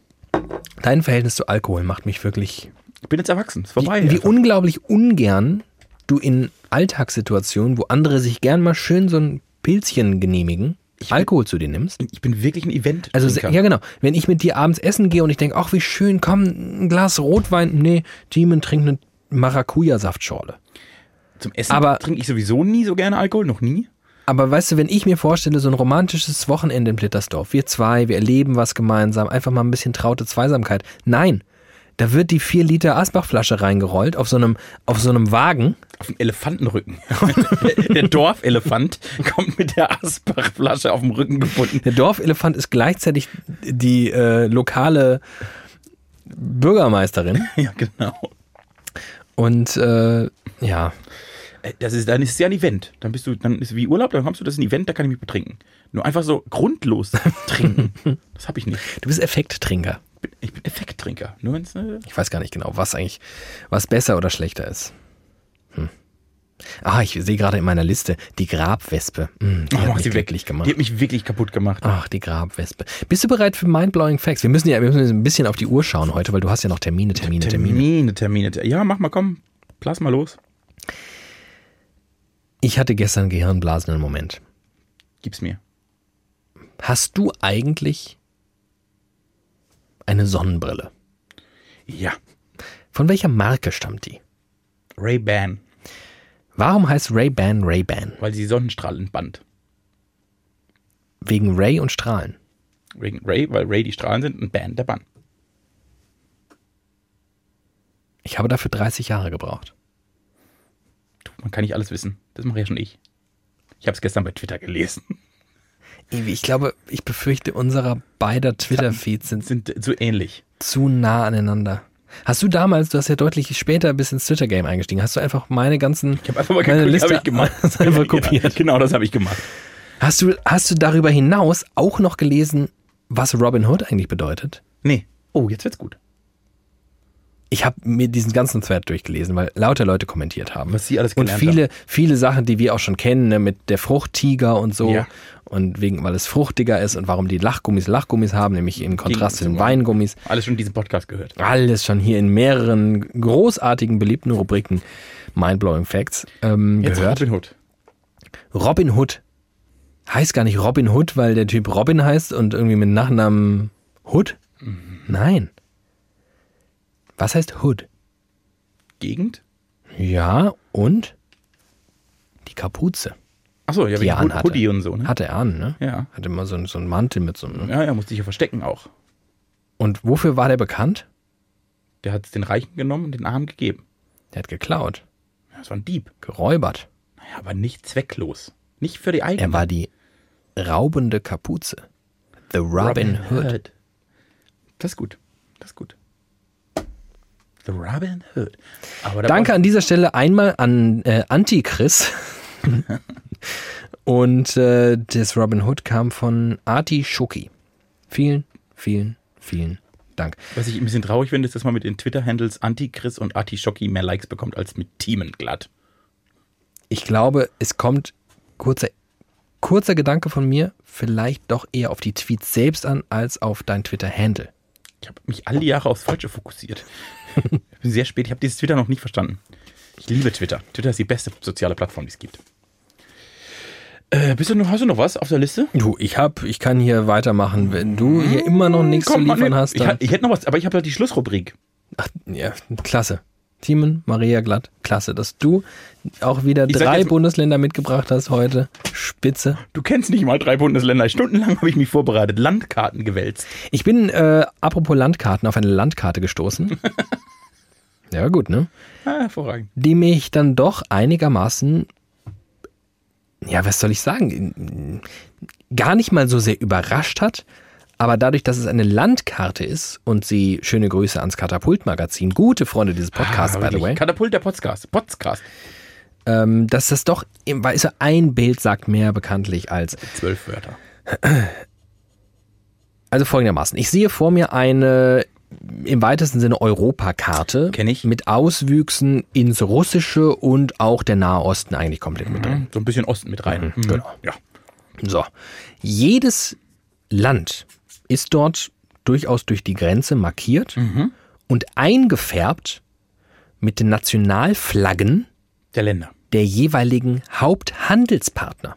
[SPEAKER 2] Dein Verhältnis zu Alkohol macht mich wirklich.
[SPEAKER 3] Ich bin jetzt erwachsen, ist vorbei. Also,
[SPEAKER 2] wie
[SPEAKER 3] Ah, einfach.
[SPEAKER 2] unglaublich ungern du in Alltagssituationen, wo andere sich gern mal schön so ein Pilzchen genehmigen, Alkohol zu dir nimmst.
[SPEAKER 3] ich bin wirklich ein Event.
[SPEAKER 2] Also se- ja genau, wenn ich mit dir abends essen gehe und ich denke, ach wie schön, komm, ein Glas Rotwein. Nee, Demon trinkt eine Maracuja-Saftschorle.
[SPEAKER 3] Zum Essen
[SPEAKER 2] aber-
[SPEAKER 3] trinke ich sowieso nie so gerne Alkohol, noch nie.
[SPEAKER 2] Aber weißt du, wenn ich mir vorstelle, so ein romantisches Wochenende in Blittersdorf, wir zwei, wir erleben was gemeinsam, einfach mal ein bisschen traute Zweisamkeit. Nein, da wird die 4 Liter Asbach-Flasche reingerollt auf so einem, auf so einem Wagen.
[SPEAKER 3] Auf dem Elefantenrücken. (laughs) der Dorfelefant kommt mit der Asbachflasche auf dem Rücken gebunden. (laughs)
[SPEAKER 2] Der Dorfelefant ist gleichzeitig die äh, lokale Bürgermeisterin.
[SPEAKER 3] Ja, genau.
[SPEAKER 2] Und äh, ja,
[SPEAKER 3] Äh, Das ist, dann ist es ja ein Event. Dann bist du, dann ist wie Urlaub, dann kommst du, das ist ein Event, da kann ich mich betrinken. Nur einfach so
[SPEAKER 2] (laughs)
[SPEAKER 3] grundlos trinken. Das habe ich nicht.
[SPEAKER 2] du bist Effekttrinker.
[SPEAKER 3] Ich bin, ich bin Effekttrinker. Nur wenn's, äh,
[SPEAKER 2] Ich weiß gar nicht genau, was eigentlich, was besser oder schlechter ist. Hm. Ah, ich sehe gerade in meiner Liste die Grabwespe. Hm, die
[SPEAKER 3] oh,
[SPEAKER 2] hat mich
[SPEAKER 3] sie weg.
[SPEAKER 2] wirklich gemacht. Ah,
[SPEAKER 3] Die hat mich wirklich kaputt gemacht.
[SPEAKER 2] Ach, die Grabwespe. Bist du bereit für Mindblowing Facts? Wir müssen ja wir müssen ein bisschen auf die Uhr schauen heute, weil du hast ja noch Termine, Termine, Termine.
[SPEAKER 3] Termine, Termine. Ter- Ja, mach mal, komm. Lass mal los.
[SPEAKER 2] Ich hatte gestern einen gehirnblasenden Moment.
[SPEAKER 3] Gib's mir.
[SPEAKER 2] Hast du eigentlich eine Sonnenbrille?
[SPEAKER 3] Ja.
[SPEAKER 2] Von welcher Marke stammt die?
[SPEAKER 3] Ray-Ban,
[SPEAKER 2] Warum heißt Ray-Ban Ray-Ban?
[SPEAKER 3] weil sie Sonnenstrahlen band.
[SPEAKER 2] Wegen Ray und Strahlen.
[SPEAKER 3] Wegen Ray, weil Ray die Strahlen sind und Ban der Bann.
[SPEAKER 2] Ich habe dafür 30 Jahre gebraucht.
[SPEAKER 3] Du, Man kann nicht alles wissen. Das mache ja schon ich. Ich habe es gestern bei Twitter gelesen. (laughs)
[SPEAKER 2] Ivi, Ich glaube, ich befürchte, unserer beider Twitter-Feeds sind
[SPEAKER 3] Sind äh, so ähnlich.
[SPEAKER 2] zu nah aneinander. Hast du damals, du hast ja deutlich später bis ins Twitter-Game eingestiegen, hast du einfach meine ganzen,
[SPEAKER 3] Ich habe einfach mal
[SPEAKER 2] meine
[SPEAKER 3] geguckt,
[SPEAKER 2] Liste
[SPEAKER 3] hab ich gemacht.
[SPEAKER 2] (laughs) hast einfach
[SPEAKER 3] (laughs) Ja,
[SPEAKER 2] kopiert.
[SPEAKER 3] genau, das habe ich gemacht.
[SPEAKER 2] Hast du, hast du darüber hinaus auch noch gelesen, was Robin Hood eigentlich bedeutet?
[SPEAKER 3] Nee. Oh, jetzt wird's gut.
[SPEAKER 2] Ich habe mir diesen ganzen Thread durchgelesen, weil lauter Leute kommentiert haben.
[SPEAKER 3] Was sie alles
[SPEAKER 2] und
[SPEAKER 3] gelernt
[SPEAKER 2] viele, viele Sachen, die wir auch schon kennen, ne, mit der Fruchttiger und so.
[SPEAKER 3] Ja.
[SPEAKER 2] Und wegen, weil es fruchtiger ist und warum die Lachgummis Lachgummis haben, nämlich im Kontrast zu den
[SPEAKER 3] zum-
[SPEAKER 2] Weingummis.
[SPEAKER 3] Alles schon diesen Podcast gehört.
[SPEAKER 2] Alles schon hier in mehreren großartigen, beliebten Rubriken Mindblowing Facts ähm,
[SPEAKER 3] Jetzt
[SPEAKER 2] gehört.
[SPEAKER 3] Robin Hood.
[SPEAKER 2] Robin Hood heißt gar nicht Robin Hood, weil der Typ Robin heißt und irgendwie mit Nachnamen Hood?
[SPEAKER 3] Mhm.
[SPEAKER 2] Nein. Was heißt Hood?
[SPEAKER 3] Gegend?
[SPEAKER 2] Ja, und die Kapuze.
[SPEAKER 3] Achso, ja,
[SPEAKER 2] Die er
[SPEAKER 3] wegen Hood,
[SPEAKER 2] anhatte.
[SPEAKER 3] Hoodie und so, ne?
[SPEAKER 2] Hatte er an, ne?
[SPEAKER 3] Ja.
[SPEAKER 2] Hatte immer so, einen- so einen Mantel mit so einem. ne?
[SPEAKER 3] Ja, ja, musste ich ja verstecken auch.
[SPEAKER 2] Und wofür war der bekannt?
[SPEAKER 3] Der hat den Reichen genommen und den Armen gegeben.
[SPEAKER 2] Der hat geklaut,
[SPEAKER 3] Ja, Das war ein Dieb.
[SPEAKER 2] geräubert.
[SPEAKER 3] Naja, aber nicht zwecklos. Nicht für die
[SPEAKER 2] Er
[SPEAKER 3] eigenen.
[SPEAKER 2] war die raubende Kapuze. The Robin, Hood.
[SPEAKER 3] Das ist gut. Das ist gut. The Robin Hood. Aber da
[SPEAKER 2] Danke an dieser Stelle einmal an äh, Antichris. (laughs) Und äh, das Robin Hood kam von Arti Schoki. Vielen, vielen, vielen Dank.
[SPEAKER 3] brauchst- was ich ein bisschen traurig finde, ist, dass man mit den Twitter-Handles Anti-Chris und Arti-Schocki mehr Likes bekommt als mit Teamen glatt.
[SPEAKER 2] Ich glaube, es kommt kurzer, kurzer Gedanke von mir, vielleicht doch eher auf die Tweets selbst an, als auf dein Twitter-Handle.
[SPEAKER 3] Ich habe mich all die Jahre aufs
[SPEAKER 2] (laughs)
[SPEAKER 3] Falsche fokussiert. ich bin sehr spät. Ich habe dieses Twitter noch nicht verstanden. Ich liebe Twitter. Twitter ist die beste soziale Plattform, die es gibt. Äh, bist du noch, hast du noch was auf der Liste?
[SPEAKER 2] Du, ich hab, ich kann hier weitermachen. Wenn du hier immer noch nichts zu
[SPEAKER 3] Hm, Komm,
[SPEAKER 2] liefern
[SPEAKER 3] Mann,
[SPEAKER 2] hast,
[SPEAKER 3] ich,
[SPEAKER 2] dann.
[SPEAKER 3] ich hätte noch was, aber ich habe halt die Schlussrubrik.
[SPEAKER 2] Ach, ja, klasse. Timon, Maria Glatt, klasse, dass du auch wieder
[SPEAKER 3] sag
[SPEAKER 2] drei
[SPEAKER 3] jetzt mal-
[SPEAKER 2] Bundesländer mitgebracht hast heute. Spitze.
[SPEAKER 3] Du kennst nicht mal drei Bundesländer. Stundenlang habe ich mich vorbereitet, Landkarten gewälzt. (laughs)
[SPEAKER 2] Ich bin, äh, apropos Landkarten, auf eine Landkarte gestoßen. Ja, gut, ne?
[SPEAKER 3] Ah, hervorragend.
[SPEAKER 2] Die mich dann doch einigermaßen, ja, was soll ich sagen, gar nicht mal so sehr überrascht hat. Aber dadurch, dass es eine Landkarte ist und sie, schöne Grüße ans Katapult-Magazin, gute Freunde dieses Podcasts, by the
[SPEAKER 3] Ah, Wirklich.
[SPEAKER 2] way,
[SPEAKER 3] Katapult der Podcast. Podcast.
[SPEAKER 2] ähm, dass das doch, im- weil so ein Bild sagt mehr bekanntlich als
[SPEAKER 3] Zwölf Wörter.
[SPEAKER 2] Also folgendermaßen. Ich sehe vor mir eine im weitesten Sinne Europakarte.
[SPEAKER 3] Kenn ich.
[SPEAKER 2] Mit Auswüchsen ins Russische und auch der Nahe Osten eigentlich komplett mit drin.
[SPEAKER 3] So ein bisschen Osten mit rein. Mhm. Genau. Ja.
[SPEAKER 2] So. Jedes Land ist dort durchaus durch die Grenze markiert
[SPEAKER 3] Mhm.
[SPEAKER 2] und eingefärbt mit den Nationalflaggen
[SPEAKER 3] Der Länder.
[SPEAKER 2] der jeweiligen Haupthandelspartner.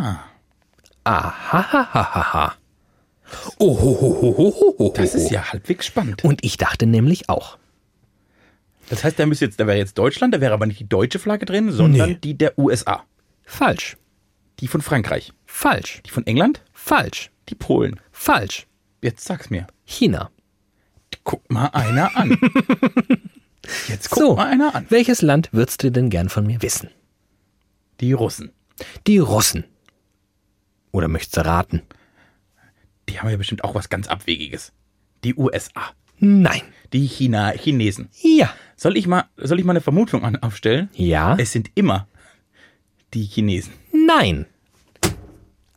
[SPEAKER 2] Aha. Ahahaha. Ohohohohoho.
[SPEAKER 3] Das ist ja halbwegs spannend.
[SPEAKER 2] Und ich dachte nämlich auch.
[SPEAKER 3] Das heißt, da müsste jetzt, da wäre jetzt Deutschland, da wäre aber nicht die deutsche Flagge drin, sondern
[SPEAKER 2] Nee.
[SPEAKER 3] die der USA.
[SPEAKER 2] Falsch,
[SPEAKER 3] Die von Frankreich.
[SPEAKER 2] falsch,
[SPEAKER 3] Die von England?
[SPEAKER 2] falsch,
[SPEAKER 3] Die Polen.
[SPEAKER 2] falsch.
[SPEAKER 3] Jetzt sag's mir.
[SPEAKER 2] China.
[SPEAKER 3] Guck mal
[SPEAKER 2] (laughs)
[SPEAKER 3] einer an. Jetzt guck
[SPEAKER 2] so,
[SPEAKER 3] mal einer an.
[SPEAKER 2] welches Land würdest du denn gern von mir wissen?
[SPEAKER 3] Die Russen.
[SPEAKER 2] Die Russen. Oder möchtest du raten?
[SPEAKER 3] Die haben ja bestimmt auch was ganz Abwegiges. Die USA.
[SPEAKER 2] Nein.
[SPEAKER 3] Die China, Chinesen.
[SPEAKER 2] Ja.
[SPEAKER 3] Soll ich mal, soll ich mal eine Vermutung an, aufstellen?
[SPEAKER 2] Ja.
[SPEAKER 3] Es sind immer die Chinesen.
[SPEAKER 2] Nein.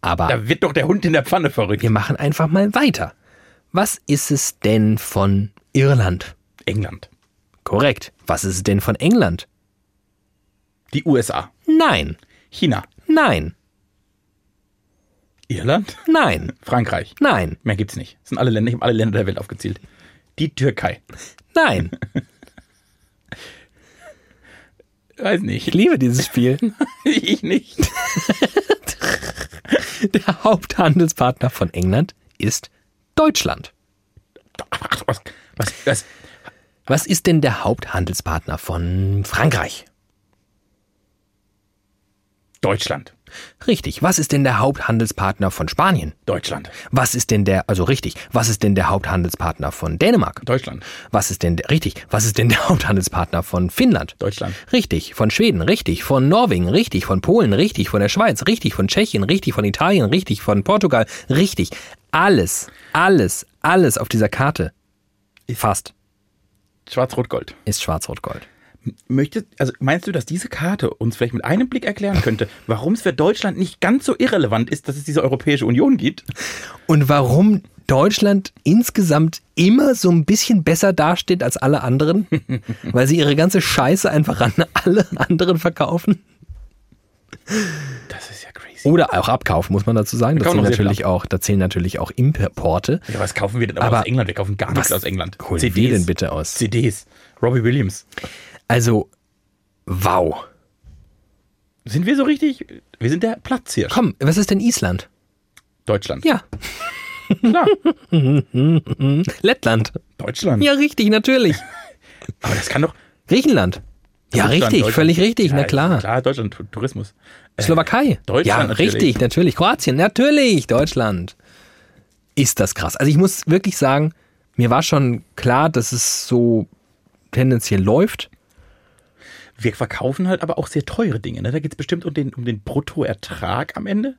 [SPEAKER 2] Aber
[SPEAKER 3] Da wird doch der Hund in der Pfanne verrückt.
[SPEAKER 2] wir machen einfach mal weiter. Was ist es denn von Irland?
[SPEAKER 3] England.
[SPEAKER 2] Korrekt. Was ist es denn von England?
[SPEAKER 3] Die USA.
[SPEAKER 2] Nein.
[SPEAKER 3] China.
[SPEAKER 2] Nein.
[SPEAKER 3] Irland.
[SPEAKER 2] Nein.
[SPEAKER 3] Frankreich.
[SPEAKER 2] Nein.
[SPEAKER 3] Mehr gibt's nicht. Das sind alle Länder, ich habe alle Länder der Welt aufgezählt. Die Türkei.
[SPEAKER 2] Nein.
[SPEAKER 3] Weiß nicht. (laughs)
[SPEAKER 2] liebe dieses Spiel.
[SPEAKER 3] Ich nicht.
[SPEAKER 2] Der Haupthandelspartner von England ist Deutschland.
[SPEAKER 3] Ach, Was, was, was?
[SPEAKER 2] Was ist denn der Haupthandelspartner von Frankreich?
[SPEAKER 3] Deutschland.
[SPEAKER 2] Richtig. Was ist denn der Haupthandelspartner von Spanien?
[SPEAKER 3] Deutschland.
[SPEAKER 2] Was ist denn der, also richtig, was ist denn der Haupthandelspartner von Dänemark?
[SPEAKER 3] Deutschland.
[SPEAKER 2] Was ist denn, der, richtig, was ist denn der Haupthandelspartner von Finnland?
[SPEAKER 3] Deutschland.
[SPEAKER 2] Richtig, von Schweden, richtig, von Norwegen, richtig, von Polen, richtig, von der Schweiz, richtig, von Tschechien, richtig, von Italien, richtig, von Portugal, richtig. Alles, alles, alles auf dieser Karte. Fast.
[SPEAKER 3] Schwarz-Rot-Gold.
[SPEAKER 2] Ist schwarz-rot-gold.
[SPEAKER 3] Möchtest, also meinst du, dass diese Karte uns vielleicht mit einem Blick erklären könnte, warum es für Deutschland nicht ganz so irrelevant ist, dass es diese Europäische Union gibt?
[SPEAKER 2] Und warum Deutschland insgesamt immer so ein bisschen besser dasteht als alle (laughs) anderen? Weil sie ihre ganze Scheiße einfach an alle anderen verkaufen?
[SPEAKER 3] Das ist ja crazy.
[SPEAKER 2] Oder auch abkaufen, muss man dazu sagen. Da
[SPEAKER 3] kaufen
[SPEAKER 2] zählen
[SPEAKER 3] auch sehr viel
[SPEAKER 2] natürlich auch, da zählen natürlich auch Importe.
[SPEAKER 3] Ja, was kaufen wir denn aber,
[SPEAKER 2] Aber
[SPEAKER 3] aus England? Wir kaufen gar nichts
[SPEAKER 2] was
[SPEAKER 3] aus England.
[SPEAKER 2] holen wir denn bitte aus?
[SPEAKER 3] CDs. Robbie Williams.
[SPEAKER 2] Also, wow.
[SPEAKER 3] Sind wir so richtig? Wir sind der Platz hier.
[SPEAKER 2] Komm, was ist denn Island?
[SPEAKER 3] Deutschland.
[SPEAKER 2] Ja, (laughs)
[SPEAKER 3] klar.
[SPEAKER 2] Lettland.
[SPEAKER 3] Deutschland.
[SPEAKER 2] Ja, richtig, natürlich.
[SPEAKER 3] Aber das kann doch.
[SPEAKER 2] Griechenland. Ja,
[SPEAKER 3] Deutschland,
[SPEAKER 2] richtig,
[SPEAKER 3] Deutschland.
[SPEAKER 2] völlig richtig, na klar.
[SPEAKER 3] Klar, Deutschland, Tu- Tourismus. Äh,
[SPEAKER 2] Slowakei.
[SPEAKER 3] Deutschland
[SPEAKER 2] Ja,
[SPEAKER 3] natürlich.
[SPEAKER 2] richtig, natürlich. Kroatien, natürlich. Deutschland. Ist das krass. Also ich muss wirklich sagen, mir war schon klar, dass es so tendenziell läuft.
[SPEAKER 3] Wir verkaufen halt aber auch sehr teure Dinge. Ne? Da geht es bestimmt um den, um den Bruttoertrag am Ende.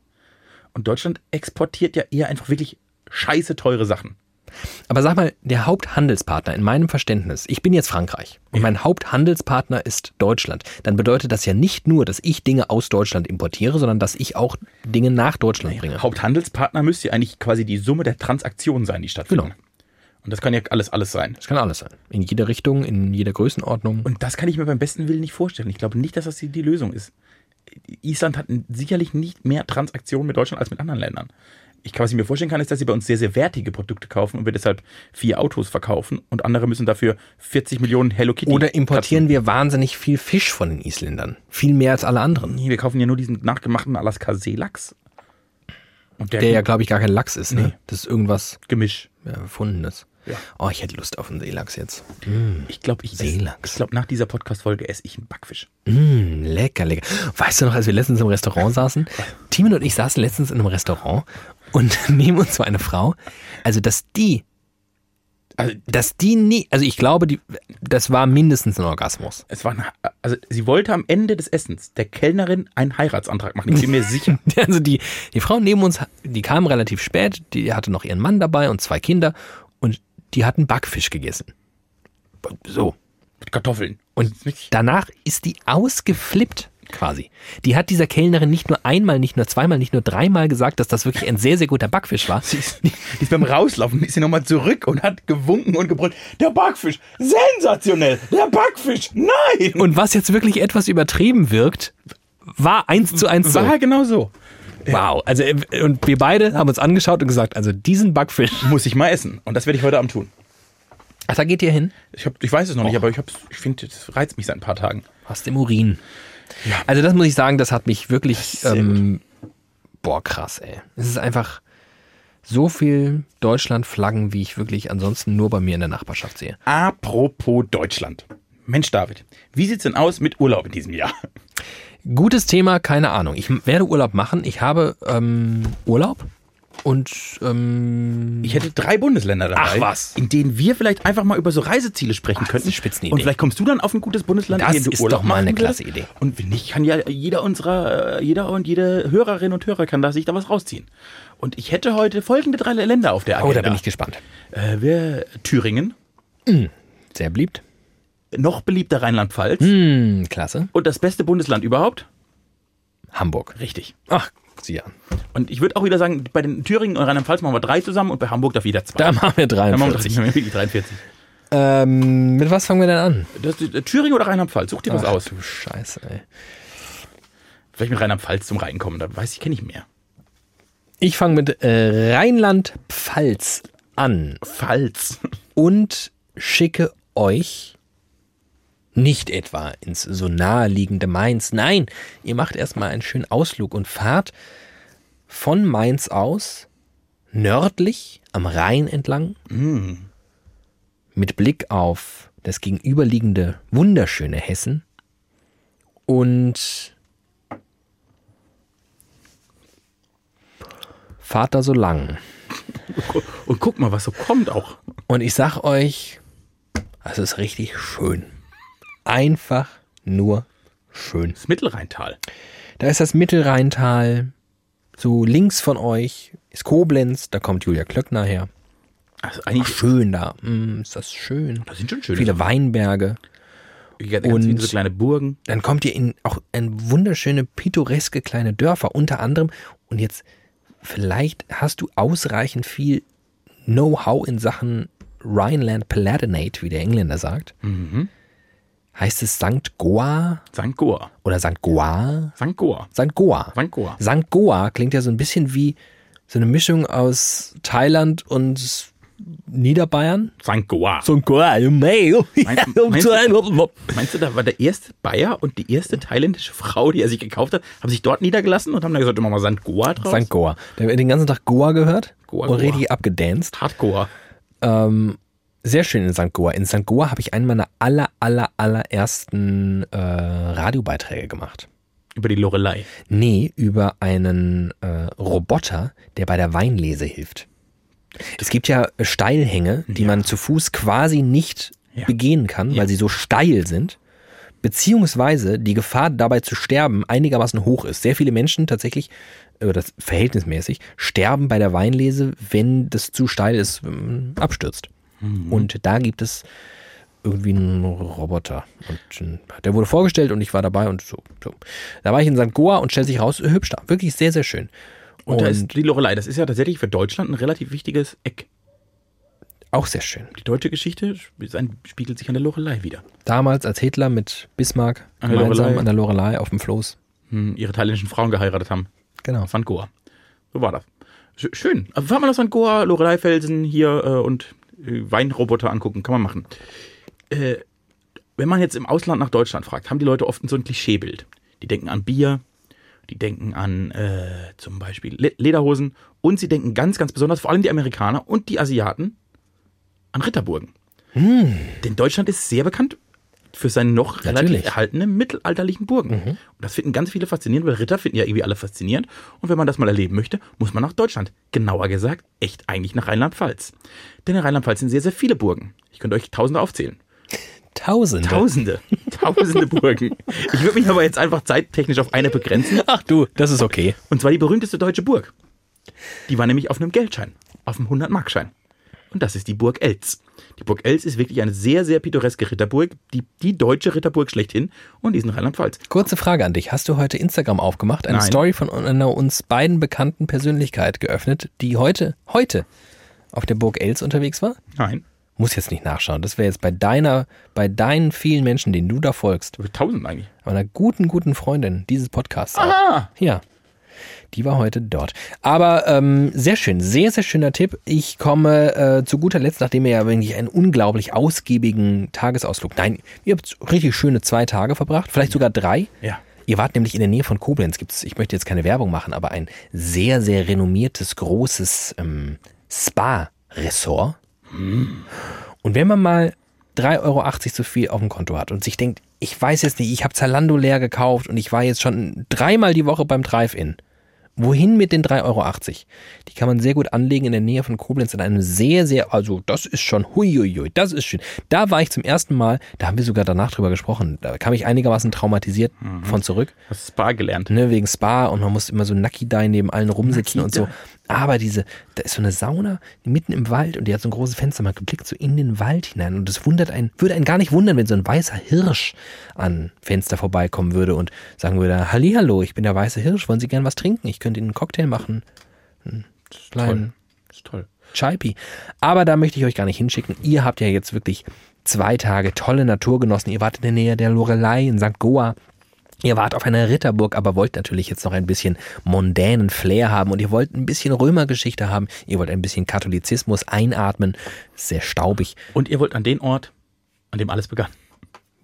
[SPEAKER 3] Und Deutschland exportiert ja eher einfach wirklich scheiße teure Sachen.
[SPEAKER 2] Aber sag mal, der Haupthandelspartner in meinem Verständnis, ich bin jetzt Frankreich und mein Haupthandelspartner ist Deutschland, dann bedeutet das ja nicht nur, dass ich Dinge aus Deutschland importiere, sondern dass ich auch Dinge nach Deutschland bringe.
[SPEAKER 3] Haupthandelspartner müsste ja eigentlich quasi die Summe der Transaktionen sein, die stattfinden.
[SPEAKER 2] Genau.
[SPEAKER 3] Und das kann ja alles, alles sein.
[SPEAKER 2] Das kann alles sein. In jeder Richtung, in jeder Größenordnung.
[SPEAKER 3] Und das kann ich mir beim besten Willen nicht vorstellen. Ich glaube nicht, dass das die, die Lösung ist. Island hat sicherlich nicht mehr Transaktionen mit Deutschland als mit anderen Ländern. Ich kann, was ich mir vorstellen kann, ist, dass sie bei uns sehr, sehr wertige Produkte kaufen und wir deshalb vier Autos verkaufen und andere müssen dafür 40 Millionen Hello Kitty.
[SPEAKER 2] Oder importieren wir wahnsinnig viel Fisch von den Isländern. Viel mehr als alle anderen.
[SPEAKER 3] Nee, wir kaufen ja nur diesen nachgemachten Alaska Seelachs. Und der,
[SPEAKER 2] Der ja, glaube ich, gar kein Lachs ist. Ne? Das ist irgendwas
[SPEAKER 3] Gemisch.
[SPEAKER 2] ja, Erfundenes.
[SPEAKER 3] Ja.
[SPEAKER 2] Oh, ich hätte Lust auf einen Seelachs jetzt.
[SPEAKER 3] Ich glaube, ich, esse-
[SPEAKER 2] Seelachs.
[SPEAKER 3] ich glaube, nach dieser Podcast-Folge esse ich einen Backfisch.
[SPEAKER 2] Mm, lecker, lecker. Weißt du noch, als wir letztens im Restaurant saßen? Timon und ich saßen (laughs) letztens in einem Restaurant und neben uns war eine Frau. Also, dass die
[SPEAKER 3] Also,
[SPEAKER 2] Dass die nie, also ich glaube, die, das war mindestens ein Orgasmus. (laughs)
[SPEAKER 3] es war eine, also sie wollte am Ende des Essens der Kellnerin einen Heiratsantrag machen. Ich bin mir sicher.
[SPEAKER 2] Also die, die Frau neben uns, die kam relativ spät, die hatte noch ihren Mann dabei und zwei Kinder und die hatten Backfisch gegessen. So.
[SPEAKER 3] Mit Kartoffeln.
[SPEAKER 2] Und
[SPEAKER 3] Das ist nicht-
[SPEAKER 2] danach ist die ausgeflippt quasi. Die hat dieser Kellnerin nicht nur einmal, nicht nur zweimal, nicht nur dreimal gesagt, dass das wirklich ein sehr, sehr guter Backfisch
[SPEAKER 3] (laughs)
[SPEAKER 2] war.
[SPEAKER 3] Die ist, die ist beim Rauslaufen, ist sie nochmal zurück und hat gewunken und gebrüllt. Der Backfisch, sensationell, der Backfisch, nein.
[SPEAKER 2] Und was jetzt wirklich etwas übertrieben wirkt, war eins zu eins so.
[SPEAKER 3] War genau so.
[SPEAKER 2] Wow. Also, äh, und wir beide haben uns angeschaut und gesagt, also diesen Backfisch.
[SPEAKER 3] Muss ich mal essen. Und das werde ich heute Abend tun.
[SPEAKER 2] Ach, da geht ihr hin?
[SPEAKER 3] Ich, hab, ich weiß es noch nicht, aber ich, hab's- ich finde, das reizt mich seit ein paar Tagen.
[SPEAKER 2] Hast im Urin. Also das muss ich sagen, das hat mich wirklich,
[SPEAKER 3] sehr
[SPEAKER 2] ähm, boah krass ey. Es ist einfach so viel Deutschlandflaggen, wie ich wirklich ansonsten nur bei mir in der Nachbarschaft sehe.
[SPEAKER 3] Apropos Deutschland. Mensch, David, wie sieht's denn aus mit Urlaub in diesem Jahr?
[SPEAKER 2] Gutes Thema, keine Ahnung. Ich m- werde Urlaub machen. Ich habe ähm, Urlaub und ähm,
[SPEAKER 3] Ich hätte drei Bundesländer dabei,
[SPEAKER 2] Ach was.
[SPEAKER 3] in denen wir vielleicht einfach mal über so Reiseziele sprechen
[SPEAKER 2] Ach, das
[SPEAKER 3] könnten.
[SPEAKER 2] ist Spitzenidee.
[SPEAKER 3] Und vielleicht kommst du dann auf ein gutes Bundesland,
[SPEAKER 2] Das
[SPEAKER 3] in dem du
[SPEAKER 2] ist
[SPEAKER 3] Urlaub
[SPEAKER 2] doch mal eine
[SPEAKER 3] machen
[SPEAKER 2] klasse
[SPEAKER 3] würdest.
[SPEAKER 2] Idee.
[SPEAKER 3] Und wenn nicht, kann ja jeder unserer, äh, jeder und jede Hörerin und Hörer kann da sich da was rausziehen. Und ich hätte heute folgende drei Länder auf der
[SPEAKER 2] oh,
[SPEAKER 3] Agenda.
[SPEAKER 2] da bin ich gespannt.
[SPEAKER 3] äh, wir, Thüringen,
[SPEAKER 2] Sehr beliebt.
[SPEAKER 3] noch beliebter Rheinland-Pfalz
[SPEAKER 2] Hm, klasse.
[SPEAKER 3] und das beste Bundesland überhaupt?
[SPEAKER 2] Hamburg.
[SPEAKER 3] Richtig.
[SPEAKER 2] Ach, sieh an.
[SPEAKER 3] Und ich würde auch wieder sagen, bei den Thüringen und Rheinland-Pfalz machen wir drei zusammen und bei Hamburg darf jeder zwei.
[SPEAKER 2] Da machen wir
[SPEAKER 3] Dann machen wir
[SPEAKER 2] 43.
[SPEAKER 3] 43. Dann machen wir (laughs) 43.
[SPEAKER 2] Ähm, mit was fangen wir denn an?
[SPEAKER 3] Das, äh, Thüringen oder Rheinland-Pfalz? Such dir was
[SPEAKER 2] Ach,
[SPEAKER 3] aus.
[SPEAKER 2] Du Scheiße, ey.
[SPEAKER 3] Vielleicht mit Rheinland-Pfalz zum Reinkommen, da weiß ich, kenne ich mehr.
[SPEAKER 2] Ich fange mit äh, Rheinland-Pfalz an
[SPEAKER 3] Pfalz.
[SPEAKER 2] und schicke euch nicht etwa ins so naheliegende Mainz. Nein, ihr macht erstmal einen schönen Ausflug und fahrt von Mainz aus nördlich am Rhein entlang mit Blick auf das gegenüberliegende wunderschöne Hessen und fahrt da so lang.
[SPEAKER 3] Und guck mal, was so kommt auch.
[SPEAKER 2] Und ich sag euch, es ist richtig schön. Einfach nur schön.
[SPEAKER 3] Das Mittelrheintal.
[SPEAKER 2] Da ist das Mittelrheintal. So links von euch ist Koblenz, da kommt Julia Klöckner her.
[SPEAKER 3] Also eigentlich,
[SPEAKER 2] Schön da. Mm, ist das schön.
[SPEAKER 3] das sind schon schöne.
[SPEAKER 2] Viele Weinberge.
[SPEAKER 3] ganz, ganz
[SPEAKER 2] und-
[SPEAKER 3] viele so kleine Burgen.
[SPEAKER 2] Dann kommt ihr in auch in wunderschöne, pittoreske kleine Dörfer, unter anderem. Und jetzt, vielleicht hast du ausreichend viel Know-how in Sachen Rhineland Palatinate, wie der Engländer sagt. Heißt es St. Goa
[SPEAKER 3] St. Goa.
[SPEAKER 2] oder St. Goa?
[SPEAKER 3] St. Goa.
[SPEAKER 2] St. Goa.
[SPEAKER 3] St. Goa.
[SPEAKER 2] St. Goa klingt ja so ein bisschen wie so eine Mischung aus Thailand und Niederbayern. um
[SPEAKER 3] St. Goa.
[SPEAKER 2] St. Goa, (laughs) mei.
[SPEAKER 3] Meinst- meinst- Meinst du, da war der erste Bayer und die erste thailändische Frau, die er sich gekauft hat, haben sich dort niedergelassen und haben da gesagt, machen wir St. Goa draus?
[SPEAKER 2] St. Goa. Der hat den ganzen Tag Goa gehört
[SPEAKER 3] Goa,
[SPEAKER 2] und
[SPEAKER 3] Goa.
[SPEAKER 2] richtig abgedanced.
[SPEAKER 3] Hardcore.
[SPEAKER 2] Sehr schön in St. Goa. In St. Goa habe ich einen meiner aller, aller, allerersten äh, Radiobeiträge gemacht.
[SPEAKER 3] Über die Lorelei.
[SPEAKER 2] Nee, über einen äh, Roboter, der bei der Weinlese hilft. Es gibt ja Steilhänge, die man zu Fuß quasi nicht
[SPEAKER 3] Ja.
[SPEAKER 2] begehen kann, weil sie so steil sind, beziehungsweise die Gefahr dabei zu sterben einigermaßen hoch ist. Sehr viele Menschen tatsächlich, oder das verhältnismäßig, sterben bei der Weinlese, wenn das zu steil ist, ähm, abstürzt.
[SPEAKER 3] Mhm.
[SPEAKER 2] Und da gibt es irgendwie einen Roboter. Und ein- der wurde vorgestellt und ich war dabei und so. so. Da war ich in St. Goa und stellt sich raus, hübsch da. Wirklich sehr, sehr schön.
[SPEAKER 3] Und,
[SPEAKER 2] Und,
[SPEAKER 3] da ist die Lorelei. Das ist ja tatsächlich für Deutschland ein relativ wichtiges Eck.
[SPEAKER 2] auch sehr schön.
[SPEAKER 3] Die deutsche Geschichte spiegelt sich an der Lorelei wieder.
[SPEAKER 2] Damals als Hitler mit Bismarck
[SPEAKER 3] An der
[SPEAKER 2] gemeinsam
[SPEAKER 3] Lorelei.
[SPEAKER 2] an der Lorelei auf dem Floß.
[SPEAKER 3] Hm, ihre thailändischen Frauen geheiratet haben.
[SPEAKER 2] Genau.
[SPEAKER 3] Auf St. Goa. So war das. Sch- Schön. Also fahren wir nach St. Goa, Loreleifelsen hier äh, und äh, Weinroboter angucken. Kann man machen. Äh, wenn man jetzt im Ausland nach Deutschland fragt, haben die Leute oft so ein Klischeebild. Die denken an Bier, die denken an äh, zum Beispiel Le Lederhosen und sie denken ganz, ganz besonders, vor allem die Amerikaner und die Asiaten, an Ritterburgen. Denn Deutschland ist sehr bekannt für seine noch relativ
[SPEAKER 2] Natürlich.
[SPEAKER 3] erhaltene mittelalterlichen Burgen. Und das finden ganz viele faszinierend, weil Ritter finden ja irgendwie alle faszinierend. Und wenn man das mal erleben möchte, muss man nach Deutschland. Genauer gesagt, echt eigentlich nach Rheinland-Pfalz. Denn in Rheinland-Pfalz sind sehr, sehr viele Burgen. Ich könnte euch Tausende aufzählen.
[SPEAKER 2] Tausende.
[SPEAKER 3] Tausende. Tausende Burgen. Ich würde mich aber jetzt einfach zeittechnisch auf eine begrenzen.
[SPEAKER 2] Ach du, das ist okay.
[SPEAKER 3] Und zwar die berühmteste deutsche Burg. Die war nämlich auf einem Geldschein, auf einem 100-Markschein. Und das ist die Burg Elz. Die Burg Elz ist wirklich eine sehr, sehr pittoreske Ritterburg, die, die deutsche Ritterburg schlechthin und die ist in Rheinland-Pfalz.
[SPEAKER 2] Kurze Frage an dich. Hast du heute Instagram aufgemacht, eine
[SPEAKER 3] Nein.
[SPEAKER 2] Story von einer uns beiden bekannten Persönlichkeit geöffnet, die heute, heute auf der Burg Els unterwegs war?
[SPEAKER 3] Nein,
[SPEAKER 2] Muss jetzt nicht nachschauen. Das wäre jetzt bei deiner, bei deinen vielen Menschen, denen du da folgst,
[SPEAKER 3] über 1000 eigentlich.
[SPEAKER 2] meiner guten, guten Freundin dieses Podcasts. Aha. Ja. Die war heute dort. Aber ähm, sehr schön, sehr, sehr schöner Tipp. Ich komme äh, zu guter Letzt, nachdem ihr ja wirklich einen unglaublich ausgiebigen Tagesausflug. Nein, ihr habt richtig schöne zwei Tage verbracht, vielleicht sogar drei.
[SPEAKER 3] Ja.
[SPEAKER 2] Ihr wart nämlich in der Nähe von Koblenz, gibt's, ich möchte jetzt keine Werbung machen, aber ein sehr, sehr renommiertes, großes ähm, Spa-Ressort. Und wenn man mal 3,80 Euro zu viel auf dem Konto hat und sich denkt, ich weiß jetzt nicht, ich habe Zalando leer gekauft und ich war jetzt schon dreimal die Woche beim Drive-In. Wohin mit den 3,80 Euro? Die kann man sehr gut anlegen in der Nähe von Koblenz in einem sehr, sehr, also das ist schon, huiuiui, das ist schön. Da war ich zum ersten Mal, da haben wir sogar danach drüber gesprochen, da kam ich einigermaßen traumatisiert von zurück
[SPEAKER 3] Hast Spa gelernt.
[SPEAKER 2] ne, wegen Spa und man muss immer so Nakidai neben allen rumsitzen und so. Aber diese, da ist so eine Sauna mitten im Wald und die hat so ein großes Fenster, man blickt so in den Wald hinein und das wundert einen, würde einen gar nicht wundern, wenn so ein weißer Hirsch an Fenster vorbeikommen würde und sagen würde, Hallihallo, ich bin der weiße Hirsch, wollen Sie gern was trinken? Ich könnte Ihnen einen Cocktail machen. Hm, Einen kleinen
[SPEAKER 3] Toll. Ist toll.
[SPEAKER 2] Chaipi. Aber da möchte ich euch gar nicht hinschicken. Ihr habt ja jetzt wirklich zwei Tage tolle Natur genossen. Ihr wart in der Nähe der Lorelei in St. Goa. Ihr wart auf einer Ritterburg, aber wollt natürlich jetzt noch ein bisschen mondänen Flair haben und ihr wollt ein bisschen Römergeschichte haben. Ihr wollt ein bisschen Katholizismus einatmen. Sehr staubig.
[SPEAKER 3] Und ihr wollt an den Ort, an dem alles begann.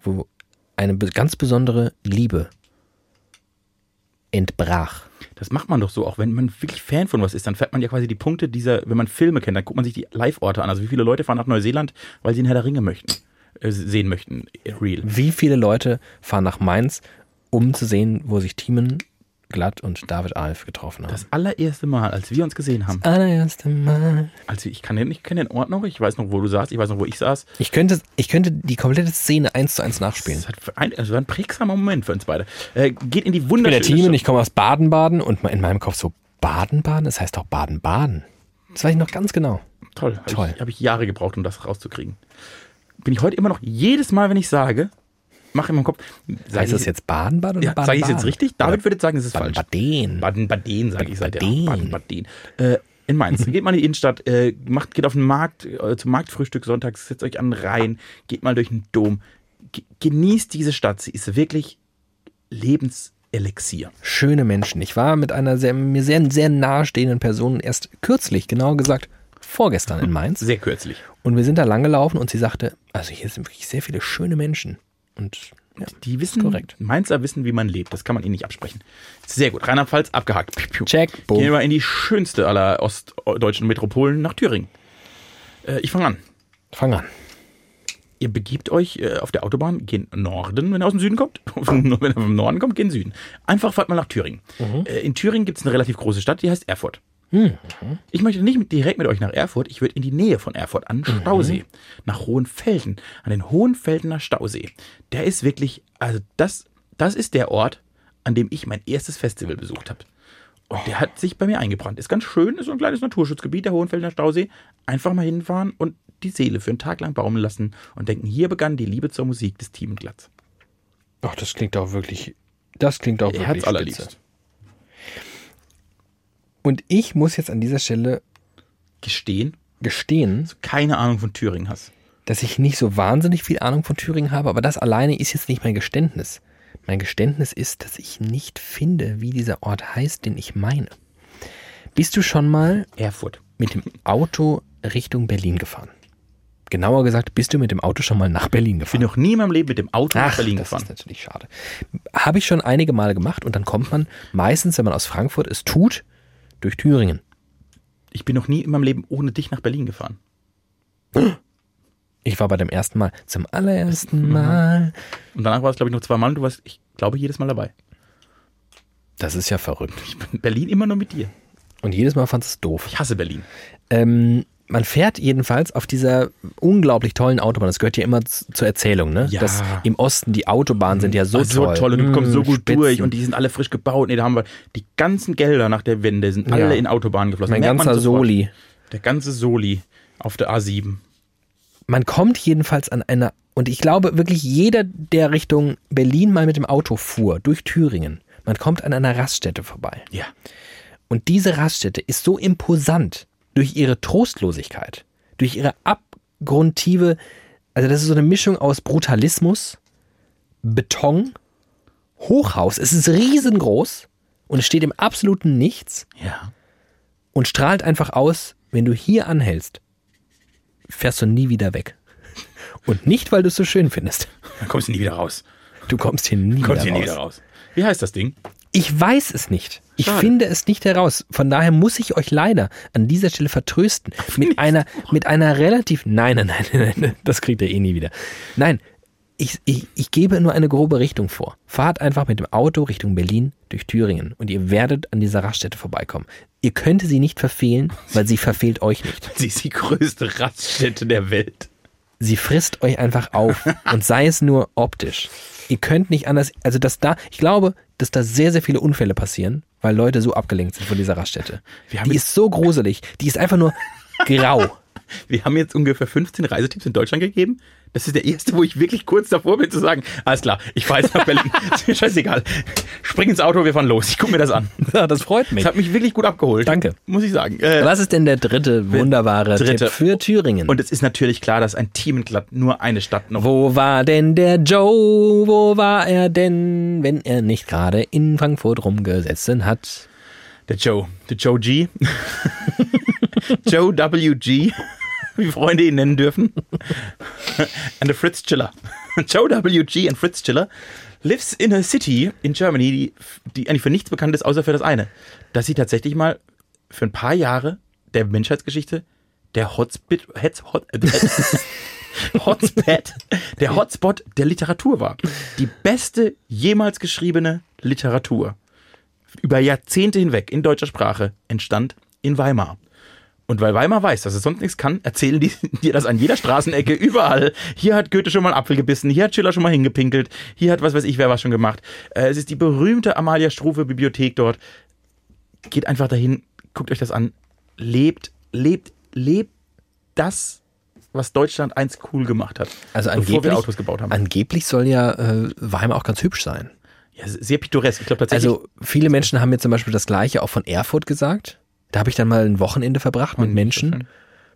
[SPEAKER 2] Wo eine be- ganz besondere Liebe entbrach.
[SPEAKER 3] Das macht man doch so, auch wenn man wirklich Fan von was ist, dann fährt man ja quasi die Punkte dieser, wenn man Filme kennt, dann guckt man sich die Live-Orte an. Also wie viele Leute fahren nach Neuseeland, weil sie den Herr der Ringe möchten, äh, sehen möchten, real.
[SPEAKER 2] Wie viele Leute fahren nach Mainz, um zu sehen, wo sich Thiemen Glatt und David Alf getroffen haben?
[SPEAKER 3] Das allererste Mal, als wir uns gesehen haben,
[SPEAKER 2] allererste Mal.
[SPEAKER 3] also ich kann den, ich kenne den Ort noch, ich weiß noch, wo du saßt, ich weiß noch, wo ich saß.
[SPEAKER 2] Ich könnte, ich könnte die komplette Szene eins zu eins nachspielen.
[SPEAKER 3] Das, hat für ein, also war ein prägsamer Moment für uns beide. Äh, geht in die
[SPEAKER 2] Ich bin der
[SPEAKER 3] wunderschöne
[SPEAKER 2] Team und
[SPEAKER 3] Stadt-
[SPEAKER 2] ich komme aus Baden-Baden und in meinem Kopf so Baden-Baden, das heißt doch Baden-Baden. Das weiß ich noch ganz genau.
[SPEAKER 3] Toll, habe
[SPEAKER 2] Toll.
[SPEAKER 3] ich, hab ich Jahre gebraucht, um das rauszukriegen. Bin ich heute immer noch, jedes Mal, wenn ich sage, mache in meinem Kopf, sag
[SPEAKER 2] Heißt das
[SPEAKER 3] ich-
[SPEAKER 2] jetzt Baden-Baden oder
[SPEAKER 3] Ja,
[SPEAKER 2] Baden-Baden?
[SPEAKER 3] sage ich es jetzt richtig? David würde jetzt sagen, es ist falsch.
[SPEAKER 2] Baden-Baden.
[SPEAKER 3] Baden-Baden, sage ich seitdem.
[SPEAKER 2] Baden.
[SPEAKER 3] Baden-Baden. Äh, in Mainz. Geht mal in die Innenstadt, äh, macht, geht auf den Markt, äh, zum Marktfrühstück sonntags, setzt euch an den Rhein, geht mal durch den Dom. Ge genießt diese Stadt. Sie ist wirklich Lebenselixier.
[SPEAKER 2] Schöne Menschen. Ich war mit einer sehr, mir sehr, sehr nahestehenden Person erst kürzlich, genau gesagt, vorgestern in Mainz.
[SPEAKER 3] Sehr kürzlich.
[SPEAKER 2] Und wir sind da lang gelaufen und sie sagte, also hier sind wirklich sehr viele schöne Menschen. Und ja,
[SPEAKER 3] Die wissen,
[SPEAKER 2] korrekt.
[SPEAKER 3] Mainzer wissen, wie man lebt. Das kann man ihnen nicht absprechen. Sehr gut. Rheinland-Pfalz abgehakt. Piu, piu.
[SPEAKER 2] Check, boom.
[SPEAKER 3] Gehen wir mal in die schönste aller ostdeutschen Metropolen nach Thüringen. Äh, ich fange an.
[SPEAKER 2] fang an.
[SPEAKER 3] Ihr begibt euch äh, auf der Autobahn gen Norden, wenn ihr aus dem Süden kommt. (laughs) wenn ihr vom Norden kommt, gen Süden. Einfach fahrt mal nach Thüringen. Äh, in Thüringen gibt es eine relativ große Stadt, die heißt Erfurt. Ich möchte nicht mit, direkt mit euch nach Erfurt, ich würde in die Nähe von Erfurt, an
[SPEAKER 2] Mhm.
[SPEAKER 3] den Stausee, nach Hohenfelden, an den Hohenfeldener Stausee. Der ist wirklich, also das, das ist der Ort, an dem ich mein erstes Festival besucht habe. Und der hat sich bei mir eingebrannt. Ist ganz schön, ist so ein kleines Naturschutzgebiet, der Hohenfeldener Stausee. Einfach mal hinfahren und die Seele für einen Tag lang baumeln lassen und denken, hier begann die Liebe zur Musik des Team Glatz.
[SPEAKER 2] Ach, das klingt auch wirklich. Das klingt auch wirklich
[SPEAKER 3] Er hat's
[SPEAKER 2] spitze.
[SPEAKER 3] allerliebst.
[SPEAKER 2] Und ich muss jetzt an dieser Stelle
[SPEAKER 3] Gestehen,
[SPEAKER 2] gestehen,
[SPEAKER 3] dass du keine Ahnung von Thüringen hast.
[SPEAKER 2] dass ich nicht so wahnsinnig viel Ahnung von Thüringen habe, aber das alleine ist jetzt nicht mein Geständnis. Mein Geständnis ist, dass ich nicht finde, wie dieser Ort heißt, den ich meine. Bist du schon mal
[SPEAKER 3] Erfurt.
[SPEAKER 2] mit dem Auto Richtung Berlin gefahren? Genauer gesagt, bist du mit dem Auto schon mal nach Berlin
[SPEAKER 3] Ich
[SPEAKER 2] gefahren?
[SPEAKER 3] bin noch nie in meinem Leben mit dem Auto
[SPEAKER 2] Ach,
[SPEAKER 3] nach Berlin
[SPEAKER 2] das
[SPEAKER 3] gefahren.
[SPEAKER 2] ist natürlich schade. Habe ich schon einige Male gemacht und dann kommt man meistens, wenn man aus Frankfurt es tut, durch Thüringen.
[SPEAKER 3] Ich bin noch nie in meinem Leben ohne dich nach Berlin gefahren.
[SPEAKER 2] Ich war bei dem ersten Mal. Zum allerersten
[SPEAKER 3] Mhm.
[SPEAKER 2] Mal.
[SPEAKER 3] Und danach war es, glaube ich, noch zweimal und du warst, ich glaube, jedes Mal dabei.
[SPEAKER 2] Das ist ja verrückt.
[SPEAKER 3] Ich bin in Berlin immer nur mit dir.
[SPEAKER 2] Und jedes Mal fand es doof.
[SPEAKER 3] Ich hasse Berlin.
[SPEAKER 2] Ähm, man fährt jedenfalls auf dieser unglaublich tollen Autobahn. Das gehört ja immer z- zur Erzählung, ne?
[SPEAKER 3] Ja.
[SPEAKER 2] Dass im Osten die Autobahnen sind ja so
[SPEAKER 3] Ah, so
[SPEAKER 2] toll.
[SPEAKER 3] toll. und du kommst so
[SPEAKER 2] Mm,
[SPEAKER 3] gut
[SPEAKER 2] Spitzen.
[SPEAKER 3] durch und die sind alle frisch gebaut. Nee, da haben wir die ganzen Gelder nach der Wende sind alle
[SPEAKER 2] Ja.
[SPEAKER 3] in Autobahnen geflossen.
[SPEAKER 2] mein
[SPEAKER 3] Merkt man
[SPEAKER 2] ganzer
[SPEAKER 3] sofort.
[SPEAKER 2] Soli.
[SPEAKER 3] Der ganze Soli auf der A7.
[SPEAKER 2] Man kommt jedenfalls an einer, und ich glaube wirklich jeder, der Richtung Berlin mal mit dem Auto fuhr, durch Thüringen, man kommt an einer Raststätte vorbei.
[SPEAKER 3] Ja.
[SPEAKER 2] Und diese Raststätte ist so imposant durch ihre Trostlosigkeit, durch ihre abgrundtive, also das ist so eine Mischung aus Brutalismus, Beton, Hochhaus. Es ist riesengroß und es steht im absoluten Nichts
[SPEAKER 3] Ja.
[SPEAKER 2] und strahlt einfach aus, wenn du hier anhältst, fährst du nie wieder weg. Und nicht, weil du es so schön findest.
[SPEAKER 3] Dann kommst du nie wieder raus.
[SPEAKER 2] Du kommst hier nie,
[SPEAKER 3] Kommst du
[SPEAKER 2] wieder,
[SPEAKER 3] nie
[SPEAKER 2] raus.
[SPEAKER 3] wieder raus. Wie heißt das Ding? (laughs)
[SPEAKER 2] Ich weiß es nicht. Ich
[SPEAKER 3] Schade.
[SPEAKER 2] finde es nicht heraus. Von daher muss ich euch leider an dieser Stelle vertrösten.
[SPEAKER 3] (laughs)
[SPEAKER 2] Mit einer, mit einer relativ. Nein, nein, nein, nein, nein, das kriegt ihr eh nie wieder. Nein, ich, ich, ich gebe nur eine grobe Richtung vor. Fahrt einfach mit dem Auto Richtung Berlin durch Thüringen und ihr werdet an dieser Raststätte vorbeikommen. Ihr könnt sie nicht verfehlen, weil sie verfehlt euch nicht.
[SPEAKER 3] Sie ist die größte Raststätte der Welt.
[SPEAKER 2] Sie frisst euch einfach
[SPEAKER 3] (laughs)
[SPEAKER 2] auf und sei es nur optisch. Ihr könnt nicht anders, also dass da, ich glaube, dass da sehr, sehr viele Unfälle passieren, weil Leute so abgelenkt sind von dieser Raststätte.
[SPEAKER 3] Wir haben
[SPEAKER 2] Die
[SPEAKER 3] jetzt-
[SPEAKER 2] ist so gruselig, die ist einfach nur
[SPEAKER 3] (laughs)
[SPEAKER 2] grau.
[SPEAKER 3] Wir haben jetzt ungefähr 15 Reisetipps in Deutschland gegeben. Das ist der erste, wo ich wirklich kurz davor bin zu sagen, alles klar, ich fahre jetzt nach Berlin.
[SPEAKER 2] (laughs)
[SPEAKER 3] (laughs) ist mir scheißegal. Spring ins Auto, wir fahren los. Ich gucke mir das an.
[SPEAKER 2] Ja, das freut mich.
[SPEAKER 3] Das hat mich wirklich gut abgeholt.
[SPEAKER 2] Danke.
[SPEAKER 3] Muss ich sagen. Äh,
[SPEAKER 2] Was ist denn der dritte wunderbare
[SPEAKER 3] Dritte.
[SPEAKER 2] Tipp für Thüringen?
[SPEAKER 3] Und es ist natürlich klar, dass ein Team in Glatt nur eine Stadt noch.
[SPEAKER 2] wo war denn der Joe? Wo war er denn, wenn er nicht gerade in Frankfurt rumgesessen hat?
[SPEAKER 3] Der Joe. Der Joe G. Joe WG. Wie Freunde ihn nennen dürfen. And der Fritz Chiller. Joe WG and Fritz Chiller lives in a city in Germany, die, die eigentlich für nichts bekannt ist, außer für das eine. Dass sie tatsächlich mal für ein paar Jahre der Menschheitsgeschichte der Hotspot, Hetz- Hot, äh, (laughs) Hotspot, der Hotspot der Literatur war. Die beste jemals geschriebene Literatur über Jahrzehnte hinweg in deutscher Sprache entstand in Weimar. Und weil Weimar weiß, dass es sonst nichts kann, erzählen die (laughs) dir das an jeder Straßenecke, überall. Hier hat Goethe schon mal einen Apfel gebissen, hier hat Schiller schon mal hingepinkelt, hier hat was weiß ich wer was schon gemacht. Äh, Es ist die berühmte Amalia Struve Bibliothek dort. Geht einfach dahin, guckt euch das an, lebt, lebt, lebt das, was Deutschland einst cool gemacht hat.
[SPEAKER 2] Also
[SPEAKER 3] bevor
[SPEAKER 2] angeblich,
[SPEAKER 3] wir Autos gebaut haben.
[SPEAKER 2] angeblich soll ja äh, Weimar auch ganz hübsch sein.
[SPEAKER 3] Ja, sehr pittoresk. Ich glaube tatsächlich,
[SPEAKER 2] Also viele Menschen haben mir zum Beispiel das gleiche auch von Erfurt gesagt. Da habe ich dann mal ein Wochenende verbracht
[SPEAKER 3] Hm,
[SPEAKER 2] mit Menschen.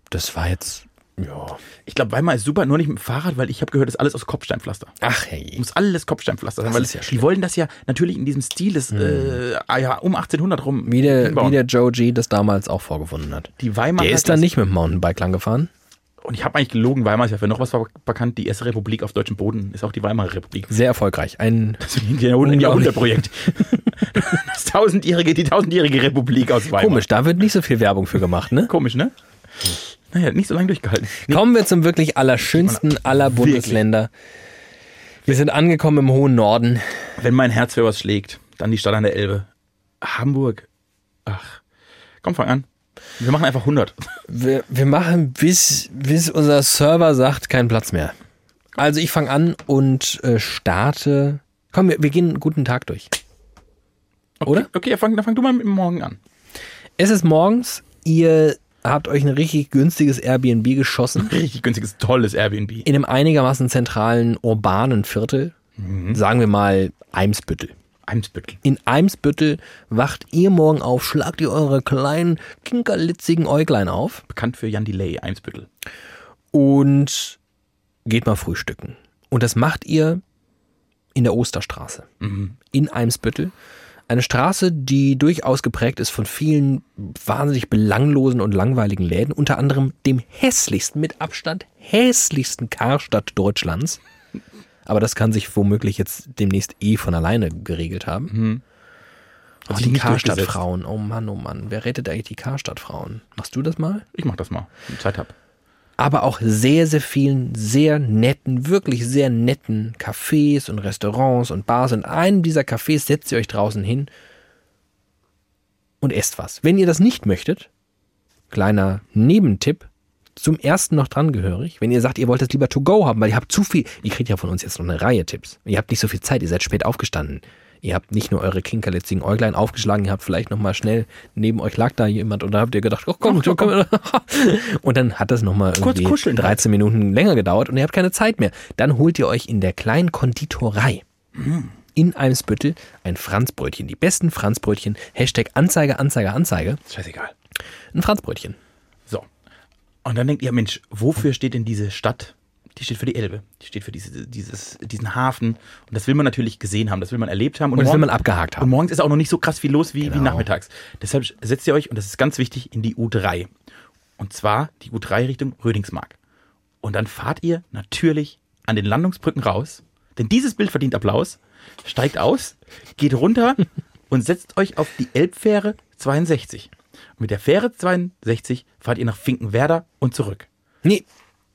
[SPEAKER 2] Das war jetzt, ja.
[SPEAKER 3] ich glaube, Weimar ist super, nur nicht mit dem Fahrrad, weil ich habe gehört, das ist alles aus Kopfsteinpflaster.
[SPEAKER 2] Ach hey.
[SPEAKER 3] muss alles Kopfsteinpflaster sein, weil
[SPEAKER 2] ist ja Hm.
[SPEAKER 3] die wollen das ja natürlich in diesem Stil des äh, ah ja, um 1800 rum
[SPEAKER 2] Wie der,
[SPEAKER 3] hinbauen.
[SPEAKER 2] wie der Joe G. das damals auch vorgefunden hat.
[SPEAKER 3] die Weimar
[SPEAKER 2] Der
[SPEAKER 3] hat
[SPEAKER 2] ist dann
[SPEAKER 3] das-
[SPEAKER 2] nicht mit dem Mountainbike lang gefahren.
[SPEAKER 3] und ich habe eigentlich gelogen, Weimar ist ja für noch was ver- bekannt, die erste Republik auf deutschem Boden ist auch die Weimarer Republik. (laughs)
[SPEAKER 2] Sehr erfolgreich. Ein,
[SPEAKER 3] Das ist ein Jahrhund-
[SPEAKER 2] (laughs)
[SPEAKER 3] ein Jahrhundertprojekt. das tausendjährige, die tausendjährige Republik aus Weimar.
[SPEAKER 2] komisch, da wird nicht so viel Werbung für gemacht,
[SPEAKER 3] (laughs)
[SPEAKER 2] ne?
[SPEAKER 3] Komisch, ne? Naja, nicht so lange durchgehalten.
[SPEAKER 2] Kommen wir zum wirklich allerschönsten aller Bundesländer. Wir sind angekommen im hohen Norden.
[SPEAKER 3] Wenn mein Herz für was schlägt, dann die Stadt an der Elbe. Hamburg. Ach. Komm, fang an. Wir machen einfach 100.
[SPEAKER 2] Wir, wir machen, bis, bis unser Server sagt, keinen Platz mehr. Also ich fange an und äh, starte. Komm, wir, wir gehen einen guten Tag durch.
[SPEAKER 3] Okay,
[SPEAKER 2] Oder?
[SPEAKER 3] Okay, ja, fang, dann fang du mal mit dem Morgen an.
[SPEAKER 2] Es ist morgens, ihr habt euch ein richtig günstiges Airbnb geschossen.
[SPEAKER 3] Richtig günstiges, tolles Airbnb.
[SPEAKER 2] In einem einigermaßen zentralen urbanen Viertel, sagen wir mal Eimsbüttel.
[SPEAKER 3] Eimsbüttel.
[SPEAKER 2] In Eimsbüttel wacht ihr morgen auf, schlagt ihr eure kleinen, kinkerlitzigen Äuglein auf.
[SPEAKER 3] Bekannt für Jan Delay, Eimsbüttel.
[SPEAKER 2] und geht mal frühstücken. Und das macht ihr in der Osterstraße
[SPEAKER 3] Mhm.
[SPEAKER 2] in Eimsbüttel. Eine Straße, die durchaus geprägt ist von vielen wahnsinnig belanglosen und langweiligen Läden, unter anderem dem hässlichsten, mit Abstand hässlichsten Karstadt Deutschlands. Aber das kann sich womöglich jetzt demnächst eh von alleine geregelt haben. Oh,
[SPEAKER 3] Hm, Hat sich
[SPEAKER 2] die
[SPEAKER 3] nicht
[SPEAKER 2] Karstadt-Frauen, oh Mann, oh Mann, wer rettet eigentlich die Karstadt-Frauen? Machst du das mal?
[SPEAKER 3] Ich mach das mal, wenn ich Zeit hab.
[SPEAKER 2] aber auch sehr, sehr vielen sehr netten, wirklich sehr netten Cafés und Restaurants und Bars. In einem dieser Cafés setzt ihr euch draußen hin und esst was. Wenn ihr das nicht möchtet, kleiner Nebentipp, zum ersten noch dran gehörig, wenn ihr sagt, ihr wollt das lieber to go haben, weil ihr habt zu viel, ihr kriegt ja von uns jetzt noch eine Reihe Tipps. Ihr habt nicht so viel Zeit, ihr seid spät aufgestanden. Ihr habt nicht nur eure kinkerletzigen Äuglein aufgeschlagen, ihr habt vielleicht nochmal schnell, neben euch lag da jemand und da habt ihr gedacht, oh
[SPEAKER 3] (laughs)
[SPEAKER 2] komm, komm, komm. Und dann hat das nochmal
[SPEAKER 3] Kurz
[SPEAKER 2] irgendwie
[SPEAKER 3] kuscheln.
[SPEAKER 2] 13 Minuten länger gedauert und ihr habt keine Zeit mehr. Dann holt ihr euch in der kleinen Konditorei in Eimsbüttel ein Franzbrötchen. Die besten Franzbrötchen. Hashtag Anzeige, Anzeige, Anzeige.
[SPEAKER 3] Scheißegal.
[SPEAKER 2] Ein Franzbrötchen.
[SPEAKER 3] So. Und dann denkt ihr, Mensch, wofür steht denn diese Stadt? Die steht für die Elbe. Die steht für diese, dieses, diesen Hafen. Und das will man natürlich gesehen haben, das will man erlebt haben.
[SPEAKER 2] Und das will
[SPEAKER 3] morgen-
[SPEAKER 2] man abgehakt
[SPEAKER 3] Und
[SPEAKER 2] haben.
[SPEAKER 3] morgens ist auch noch nicht so krass viel los wie,
[SPEAKER 2] Genau.
[SPEAKER 3] wie nachmittags. Deshalb setzt ihr euch, und das ist ganz wichtig, in die U3. Und zwar die U3 Richtung Rödingsmark. Und dann fahrt ihr natürlich an den Landungsbrücken raus, denn dieses Bild verdient Applaus, steigt aus,
[SPEAKER 2] (laughs)
[SPEAKER 3] geht runter und setzt euch auf die Elbfähre 62. Und mit der Fähre 62 fahrt ihr nach Finkenwerder und zurück.
[SPEAKER 2] Nee.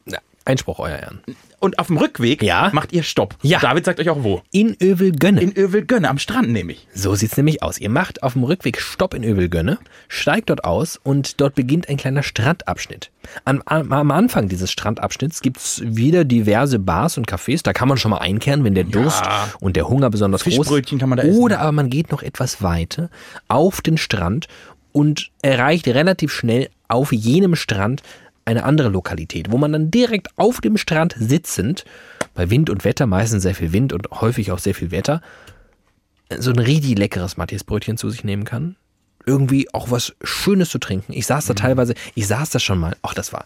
[SPEAKER 2] Ja, Einspruch, euer Ehren.
[SPEAKER 3] Und auf dem Rückweg
[SPEAKER 2] Ja.
[SPEAKER 3] macht ihr Stopp.
[SPEAKER 2] Ja.
[SPEAKER 3] David sagt euch auch wo.
[SPEAKER 2] In Övelgönne.
[SPEAKER 3] In Övelgönne, am Strand nämlich.
[SPEAKER 2] so sieht's nämlich aus. Ihr macht auf dem Rückweg Stopp in Övelgönne, steigt dort aus und dort beginnt ein kleiner Strandabschnitt. Am, am, am Anfang dieses Strandabschnitts gibt's wieder diverse Bars und Cafés. Da kann man schon mal einkehren, wenn der Durst und der Hunger besonders groß
[SPEAKER 3] Fischbrötchen kann man da
[SPEAKER 2] Oder
[SPEAKER 3] essen.
[SPEAKER 2] Oder aber man geht noch etwas weiter auf den Strand und erreicht relativ schnell auf jenem Strand eine andere Lokalität, wo man dann direkt auf dem Strand sitzend, bei Wind und Wetter, meistens sehr viel Wind und häufig auch sehr viel Wetter, so ein richtig leckeres Matthiasbrötchen zu sich nehmen kann. Irgendwie auch was Schönes zu trinken. Ich
[SPEAKER 3] Mhm.
[SPEAKER 2] saß da teilweise, ich saß da schon mal, auch das war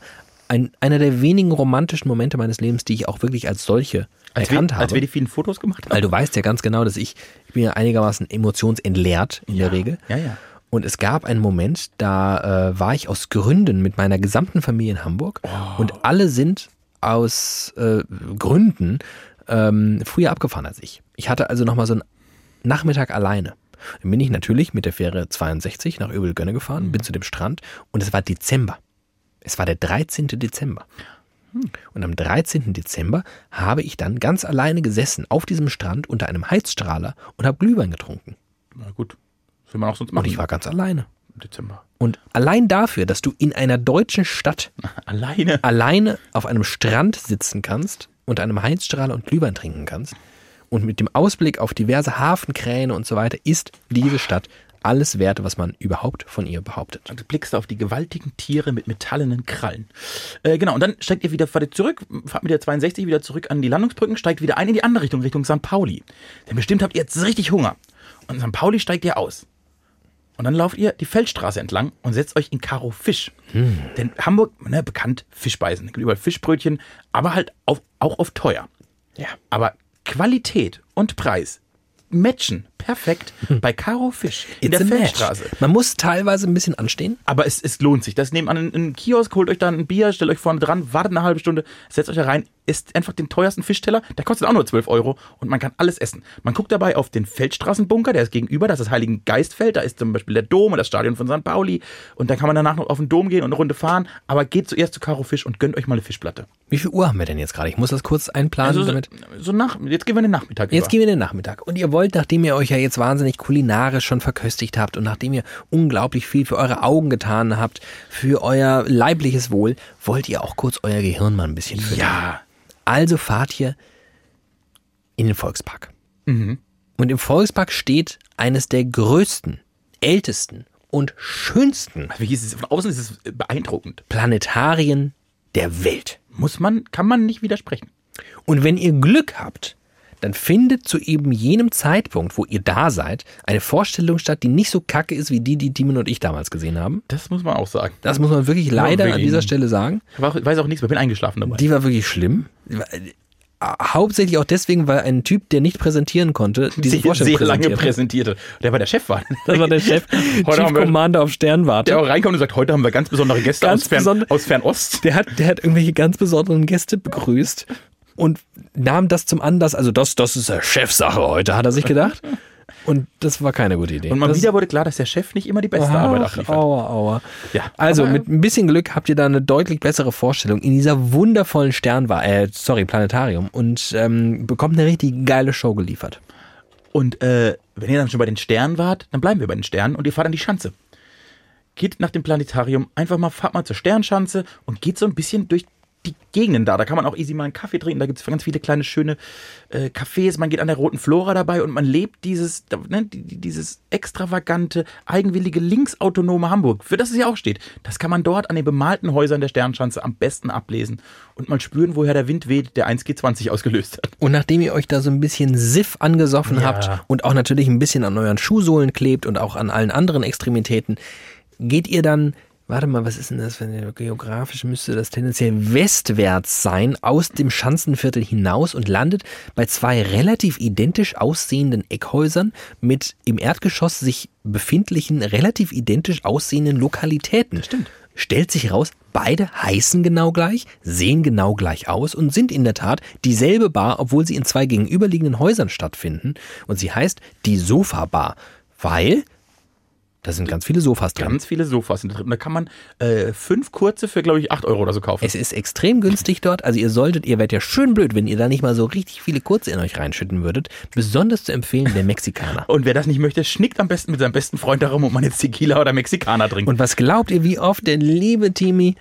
[SPEAKER 2] ein, einer der wenigen romantischen Momente meines Lebens, die ich auch wirklich als solche erkannt
[SPEAKER 3] als wir,
[SPEAKER 2] habe.
[SPEAKER 3] als wir die vielen Fotos gemacht haben.
[SPEAKER 2] Weil du weißt ja ganz genau, dass ich, ich bin ja einigermaßen emotionsentleert in der Regel.
[SPEAKER 3] Ja, ja.
[SPEAKER 2] Und es gab einen Moment, da äh, war ich aus Gründen mit meiner gesamten Familie in Hamburg
[SPEAKER 3] Oh.
[SPEAKER 2] und alle sind aus äh, Gründen ähm, früher abgefahren als ich. Ich hatte also nochmal so einen Nachmittag alleine. Dann bin ich natürlich mit der Fähre 62 nach Öbelgönne
[SPEAKER 3] Mhm.
[SPEAKER 2] gefahren, bin zu dem Strand und es war Dezember. Es war der 13. Dezember.
[SPEAKER 3] Hm.
[SPEAKER 2] Und am 13. Dezember habe ich dann ganz alleine gesessen auf diesem Strand unter einem Heizstrahler und habe Glühwein getrunken.
[SPEAKER 3] Na gut, das will man auch sonst
[SPEAKER 2] Und
[SPEAKER 3] machen.
[SPEAKER 2] ich war ganz alleine.
[SPEAKER 3] im Dezember. (laughs)
[SPEAKER 2] Und allein dafür, dass du in einer deutschen Stadt
[SPEAKER 3] Alleine.
[SPEAKER 2] alleine auf einem Strand sitzen kannst, unter einem Heizstrahler und Glühwein trinken kannst und mit dem Ausblick auf diverse Hafenkräne und so weiter, ist diese Stadt alles wert, was man überhaupt von ihr behauptet.
[SPEAKER 3] Und du blickst auf die gewaltigen Tiere mit metallenen Krallen. Äh, genau, und dann steigt ihr wieder, fahrt ihr zurück, fahrt mit der 62 wieder zurück an die Landungsbrücken, steigt wieder ein in die andere Richtung, Richtung St. Pauli. Denn bestimmt habt ihr jetzt richtig Hunger. Und in St. Pauli steigt ihr aus. Und dann lauft ihr die Feldstraße entlang und setzt euch in Karo Fisch.
[SPEAKER 2] Hm.
[SPEAKER 3] Denn Hamburg, ne, bekannt, Fischbeißen. Überall Fischbrötchen, aber halt auf, auch auf teuer.
[SPEAKER 2] Ja.
[SPEAKER 3] Aber Qualität und Preis matchen perfekt bei Karo Fisch in
[SPEAKER 2] Hm. It's
[SPEAKER 3] der
[SPEAKER 2] a match.
[SPEAKER 3] Feldstraße.
[SPEAKER 2] Man muss teilweise ein bisschen anstehen.
[SPEAKER 3] Aber es, es lohnt sich. Das nebenan ein, ein Kiosk, holt euch da ein Bier, stellt euch vorne dran, wartet eine halbe Stunde, setzt euch da rein, isst einfach den teuersten Fischteller. Der kostet auch nur 12 Euro und man kann alles essen. Man guckt dabei auf den Feldstraßenbunker, der ist gegenüber, das ist das Heiligen Geistfeld, da ist zum Beispiel der Dom und das Stadion von St. Pauli. Und dann kann man danach noch auf den Dom gehen und eine Runde fahren. Aber geht zuerst zu Karo Fisch und gönnt euch mal eine Fischplatte.
[SPEAKER 2] Wie viel Uhr haben wir denn jetzt gerade? Ich muss das kurz einplanen.
[SPEAKER 3] Also so,
[SPEAKER 2] damit
[SPEAKER 3] so nach, jetzt gehen wir in den Nachmittag
[SPEAKER 2] Jetzt
[SPEAKER 3] über.
[SPEAKER 2] gehen wir in den Nachmittag. Und ihr wollt, nachdem ihr euch ja jetzt wahnsinnig kulinarisch schon verköstigt habt und nachdem ihr unglaublich viel für eure Augen getan habt, für euer leibliches Wohl, wollt ihr auch kurz euer Gehirn mal ein bisschen füttern.
[SPEAKER 3] Ja,
[SPEAKER 2] Also fahrt ihr in den Volkspark. Und im Volkspark steht eines der größten, ältesten und schönsten
[SPEAKER 3] wie hieß es? Von außen ist es beeindruckend.
[SPEAKER 2] Planetarien der Welt.
[SPEAKER 3] Muss man, kann man nicht widersprechen.
[SPEAKER 2] Und wenn ihr Glück habt, dann findet zu eben jenem Zeitpunkt, wo ihr da seid, eine Vorstellung statt, die nicht so kacke ist wie die, die Timon und ich damals gesehen haben.
[SPEAKER 3] Das muss man auch sagen.
[SPEAKER 2] Das muss man wirklich leider an
[SPEAKER 3] wegen-
[SPEAKER 2] dieser Stelle sagen.
[SPEAKER 3] Ich weiß auch nichts mehr, bin eingeschlafen dabei.
[SPEAKER 2] Die war wirklich schlimm. Die war- äh, Hauptsächlich auch deswegen, weil ein Typ, der nicht präsentieren
[SPEAKER 3] (laughs)
[SPEAKER 2] konnte, diese
[SPEAKER 3] sehr,
[SPEAKER 2] Vorstellung
[SPEAKER 3] sehr lange
[SPEAKER 2] präsentiert. hat.
[SPEAKER 3] präsentierte. Der war der Chef war.
[SPEAKER 2] Das war der Chef,
[SPEAKER 3] (laughs) Heute
[SPEAKER 2] Chief
[SPEAKER 3] haben wir-
[SPEAKER 2] Commander auf
[SPEAKER 3] Der
[SPEAKER 2] Sternwarte.
[SPEAKER 3] auch reinkommt und sagt, heute haben wir ganz besondere Gäste
[SPEAKER 2] Ganz
[SPEAKER 3] aus, Fern,
[SPEAKER 2] besonder-
[SPEAKER 3] aus Fernost.
[SPEAKER 2] Der hat, der hat irgendwelche ganz besonderen Gäste begrüßt und nahm das zum Anlass. Also das, das ist ja Chefsache heute, hat er sich gedacht. Und das war keine gute Idee.
[SPEAKER 3] Und mal
[SPEAKER 2] das,
[SPEAKER 3] wieder wurde klar, dass der Chef nicht immer die beste Arbeit
[SPEAKER 2] Ach,
[SPEAKER 3] abliefert.
[SPEAKER 2] aua, aua.
[SPEAKER 3] Ja.
[SPEAKER 2] Also
[SPEAKER 3] Aber-
[SPEAKER 2] mit ein bisschen Glück habt ihr da eine deutlich bessere Vorstellung in dieser wundervollen Sternwarte, äh, sorry, Planetarium und ähm, bekommt eine richtig geile Show geliefert.
[SPEAKER 3] Und äh, wenn ihr dann schon bei den Sternen wart, dann bleiben wir bei den Sternen und ihr fahrt an die Schanze. Geht nach dem Planetarium einfach mal, fahrt mal zur Sternschanze und geht so ein bisschen durch die Gegenden da. Da kann man auch easy mal einen Kaffee trinken. Da gibt es ganz viele kleine schöne äh, Cafés. Man geht an der Roten Flora dabei und man lebt dieses, ne, die- die- dieses extravagante, eigenwillige, linksautonome Hamburg, für das es ja auch steht. Das kann man dort an den bemalten Häusern der Sternschanze am besten ablesen und mal spüren, woher der Wind weht, der 1G20 ausgelöst hat.
[SPEAKER 2] Und nachdem ihr euch da so ein bisschen Siff angesoffen habt und auch natürlich ein bisschen an euren Schuhsohlen klebt und auch an allen anderen Extremitäten, geht ihr dann, warte mal, was ist denn das? Wenn ihr- Geografisch müsste das tendenziell westwärts sein, aus dem Schanzenviertel hinaus und landet bei zwei relativ identisch aussehenden Eckhäusern mit im Erdgeschoss sich befindlichen, relativ identisch aussehenden Lokalitäten. stimmt. Stellt sich raus, beide heißen genau gleich, sehen genau gleich aus und sind in der Tat dieselbe Bar, obwohl sie in zwei gegenüberliegenden Häusern stattfinden. Und sie heißt die Sofa Bar, weil da sind ganz viele Sofas drin.
[SPEAKER 3] ganz viele Sofas sind da drin. Da kann man äh, fünf kurze für, glaube ich, 8 Euro oder so kaufen.
[SPEAKER 2] Es ist extrem günstig dort. Also ihr solltet, ihr werdet ja schön blöd, wenn ihr da nicht mal so richtig viele kurze in euch reinschütten würdet. Besonders zu empfehlen der Mexikaner.
[SPEAKER 3] und wer das nicht möchte, schnickt am besten mit seinem besten Freund darum, ob man jetzt Tequila oder Mexikaner
[SPEAKER 2] (laughs)
[SPEAKER 3] trinkt.
[SPEAKER 2] Und was glaubt ihr, wie oft der liebe Timmy,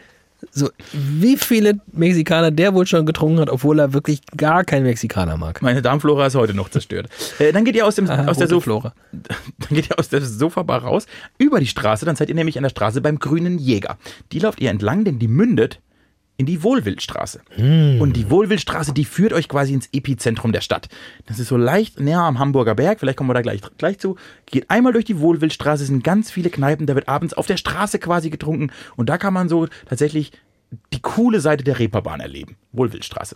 [SPEAKER 2] so wie viele Mexikaner der wohl schon getrunken hat, obwohl er wirklich gar keinen Mexikaner mag?
[SPEAKER 3] meine Darmflora ist heute noch zerstört. Äh, dann geht ihr aus, dem, aus
[SPEAKER 2] rote
[SPEAKER 3] der Sofa.
[SPEAKER 2] Flora.
[SPEAKER 3] (laughs) Dann geht ihr aus der Sofabar raus, über die Straße, dann seid ihr nämlich an der Straße beim Grünen Jäger. Die lauft ihr entlang, denn die mündet in die Wohlwildstraße. Und die Wohlwildstraße, die führt euch quasi ins Epizentrum der Stadt. Das ist so leicht näher am Hamburger Berg, vielleicht kommen wir da gleich, gleich zu. Geht einmal durch die Wohlwildstraße, es sind ganz viele Kneipen, da wird abends auf der Straße quasi getrunken und da kann man so tatsächlich die coole Seite der Reeperbahn erleben. Wohlwildstraße.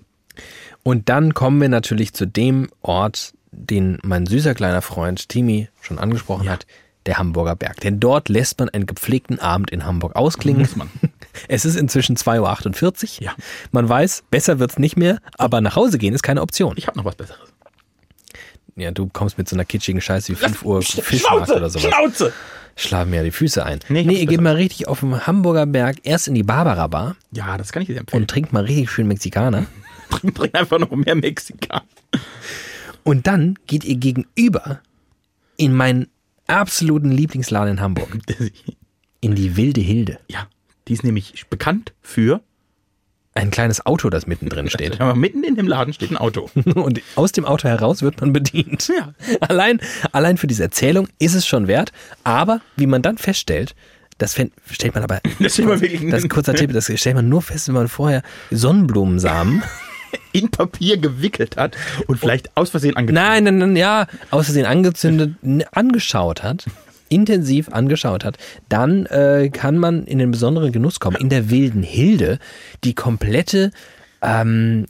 [SPEAKER 2] Und dann kommen wir natürlich zu dem Ort, den mein süßer kleiner Freund Timi schon angesprochen hat, der Hamburger Berg. Denn dort lässt man einen gepflegten Abend in Hamburg ausklingen.
[SPEAKER 3] Muss man.
[SPEAKER 2] (laughs) Es ist inzwischen 2.48 Uhr.
[SPEAKER 3] Ja.
[SPEAKER 2] Man weiß, besser wird's nicht mehr, aber nach Hause gehen ist keine Option.
[SPEAKER 3] Ich habe noch was Besseres.
[SPEAKER 2] Ja, du kommst mit so einer kitschigen Scheiße wie 5 Uhr
[SPEAKER 3] Sch-
[SPEAKER 2] Fischmarkt oder sowas.
[SPEAKER 3] Schnauze!
[SPEAKER 2] Schlagen mir ja die Füße ein. Nee,
[SPEAKER 3] Nee, ich
[SPEAKER 2] nee
[SPEAKER 3] hab's
[SPEAKER 2] ihr geht mal richtig auf dem Hamburger Berg erst in die Barbara Bar
[SPEAKER 3] Ja, das kann ich dir empfehlen. (laughs)
[SPEAKER 2] und trinkt mal richtig schön Mexikaner.
[SPEAKER 3] Trink, trink einfach noch mehr Mexikaner.
[SPEAKER 2] Und dann geht ihr gegenüber in meinen absoluten Lieblingsladen in Hamburg, in die Wilde Hilde.
[SPEAKER 3] Ja, die ist nämlich bekannt für.
[SPEAKER 2] Ein kleines Auto, das mittendrin
[SPEAKER 3] (laughs)
[SPEAKER 2] steht.
[SPEAKER 3] Aber mitten in dem Laden steht ein Auto. (laughs)
[SPEAKER 2] Und aus dem Auto heraus wird man bedient.
[SPEAKER 3] Ja.
[SPEAKER 2] Allein, allein für diese Erzählung ist es schon wert. Aber wie man dann feststellt, das fänd, stellt man aber.
[SPEAKER 3] Das steht man wirklich
[SPEAKER 2] Das ist ein kurzer Tipp, das stellt man nur fest, wenn man vorher Sonnenblumensamen.
[SPEAKER 3] in Papier gewickelt hat und vielleicht aus Versehen angetan.
[SPEAKER 2] Nein, nein, nein, ja, aus Versehen angezündet, n- angeschaut hat, intensiv angeschaut hat, dann äh, kann man in den besonderen Genuss kommen, in der wilden Hilde die komplette ähm,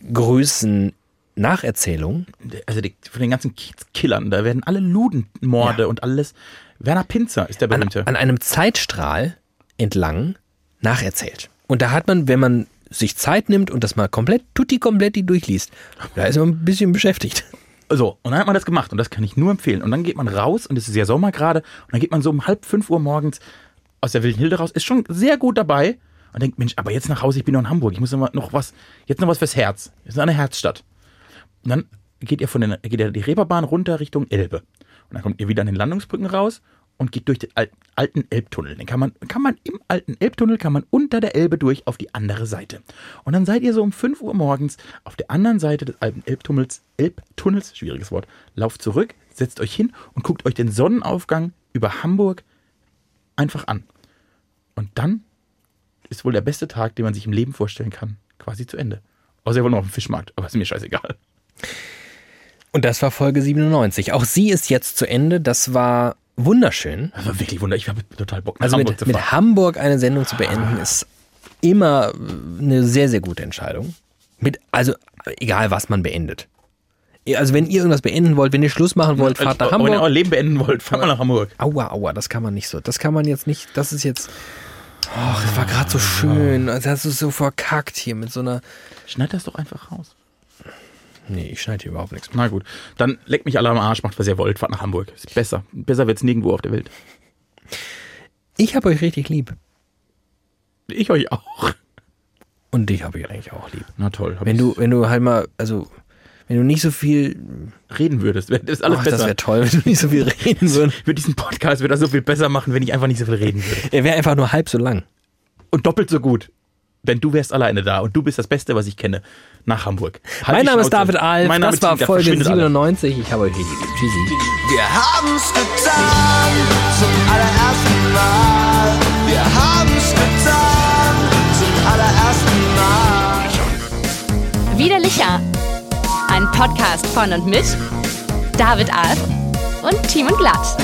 [SPEAKER 2] Kiezgrößen Nacherzählung.
[SPEAKER 3] Also die, von den ganzen Kiezkillern, da werden alle Ludenmorde und alles. Werner Pinzer ist der
[SPEAKER 2] an,
[SPEAKER 3] berühmte.
[SPEAKER 2] an einem Zeitstrahl entlang nacherzählt. Und da hat man, wenn man sich Zeit nimmt und das mal komplett tutti kompletti durchliest, da ist man ein bisschen beschäftigt.
[SPEAKER 3] So, und dann hat man das gemacht und das kann ich nur empfehlen. Und dann geht man raus und es ist ja Sommer gerade und dann geht man so um halb fünf Uhr morgens aus der Wilden Hilde raus, ist schon sehr gut dabei und denkt, Mensch, aber jetzt nach Hause, ich bin noch in Hamburg, ich muss noch mal- noch was, jetzt noch was fürs Herz. Das ist eine Herzstadt. Und dann geht ihr von den, geht ihr die Reeperbahn runter Richtung Elbe. Und dann kommt ihr wieder an den Landungsbrücken raus und geht durch den al- alten Elbtunnel. Den kann man, kann man im alten Elbtunnel, kann man unter der Elbe durch auf die andere Seite. Und dann seid ihr so um 5 Uhr morgens auf der anderen Seite des alten Elbtunnels, Elbtunnels, schwieriges Wort, lauft zurück, setzt euch hin und guckt euch den Sonnenaufgang über Hamburg einfach an. Und dann ist wohl der beste Tag, den man sich im Leben vorstellen kann, quasi zu Ende. Außer ihr wollt noch auf den Fischmarkt, aber ist mir scheißegal.
[SPEAKER 2] Und das war Folge 97. Auch sie ist jetzt zu Ende. Das war wunderschön.
[SPEAKER 3] Das war wirklich wunderbar. Ich habe total Bock, nach
[SPEAKER 2] Also
[SPEAKER 3] Hamburg
[SPEAKER 2] mit,
[SPEAKER 3] zu fahren.
[SPEAKER 2] mit Hamburg eine Sendung zu beenden, ist immer äh, eine sehr, sehr gute Entscheidung. Mit, also äh, egal, was man beendet. Ihr- Also wenn ihr irgendwas beenden wollt, wenn ihr Schluss machen wollt, fahrt nach
[SPEAKER 3] Wenn ihr euer
[SPEAKER 2] Hamburg.
[SPEAKER 3] Leben beenden wollt, fahrt mal nach Hamburg.
[SPEAKER 2] Aua, aua, das kann man nicht so. Das kann man jetzt nicht. Das ist jetzt. Ach, es war gerade so schön. Also hast du es so verkackt hier mit so einer.
[SPEAKER 3] Schneid das doch einfach raus.
[SPEAKER 2] Nee, ich schneide hier überhaupt nichts.
[SPEAKER 3] Na gut. Dann leckt mich alle am Arsch, macht was ihr wollt, fahrt nach Hamburg. Ist besser. Besser wird's nirgendwo auf der Welt.
[SPEAKER 2] Ich habe euch richtig lieb.
[SPEAKER 3] Ich euch auch.
[SPEAKER 2] Und dich habe ich eigentlich auch lieb.
[SPEAKER 3] Na toll. hab
[SPEAKER 2] Wenn
[SPEAKER 3] ich-
[SPEAKER 2] du, wenn du halt mal, also, wenn du nicht so viel,
[SPEAKER 3] reden würdest, wäre das alles
[SPEAKER 2] Ach, Oh, das
[SPEAKER 3] besser.
[SPEAKER 2] wäre toll, (laughs) wenn du nicht so viel reden würdest.
[SPEAKER 3] (laughs) Mit diesem Podcast würde das so viel besser machen, wenn ich einfach nicht so viel reden würde.
[SPEAKER 2] Er wäre einfach nur halb so lang.
[SPEAKER 3] Und doppelt so gut. Denn du wärst alleine da und du bist das Beste, was ich kenne. Nach Hamburg. Halt
[SPEAKER 2] mein
[SPEAKER 3] die
[SPEAKER 2] Name ist
[SPEAKER 3] Schnauze.
[SPEAKER 2] David Alf.
[SPEAKER 3] Mein Name
[SPEAKER 2] das war
[SPEAKER 3] Tinker.
[SPEAKER 2] Folge
[SPEAKER 3] Verschwindet alle.
[SPEAKER 2] 97. Ich habe euch richtig lieb. Tschüssi.
[SPEAKER 4] Wir haben's getan, zum allerersten Mal. Wir haben's getan, zum allerersten Mal.
[SPEAKER 1] Widerlicher. Ein Podcast von und mit David Alf und Timon Glatt.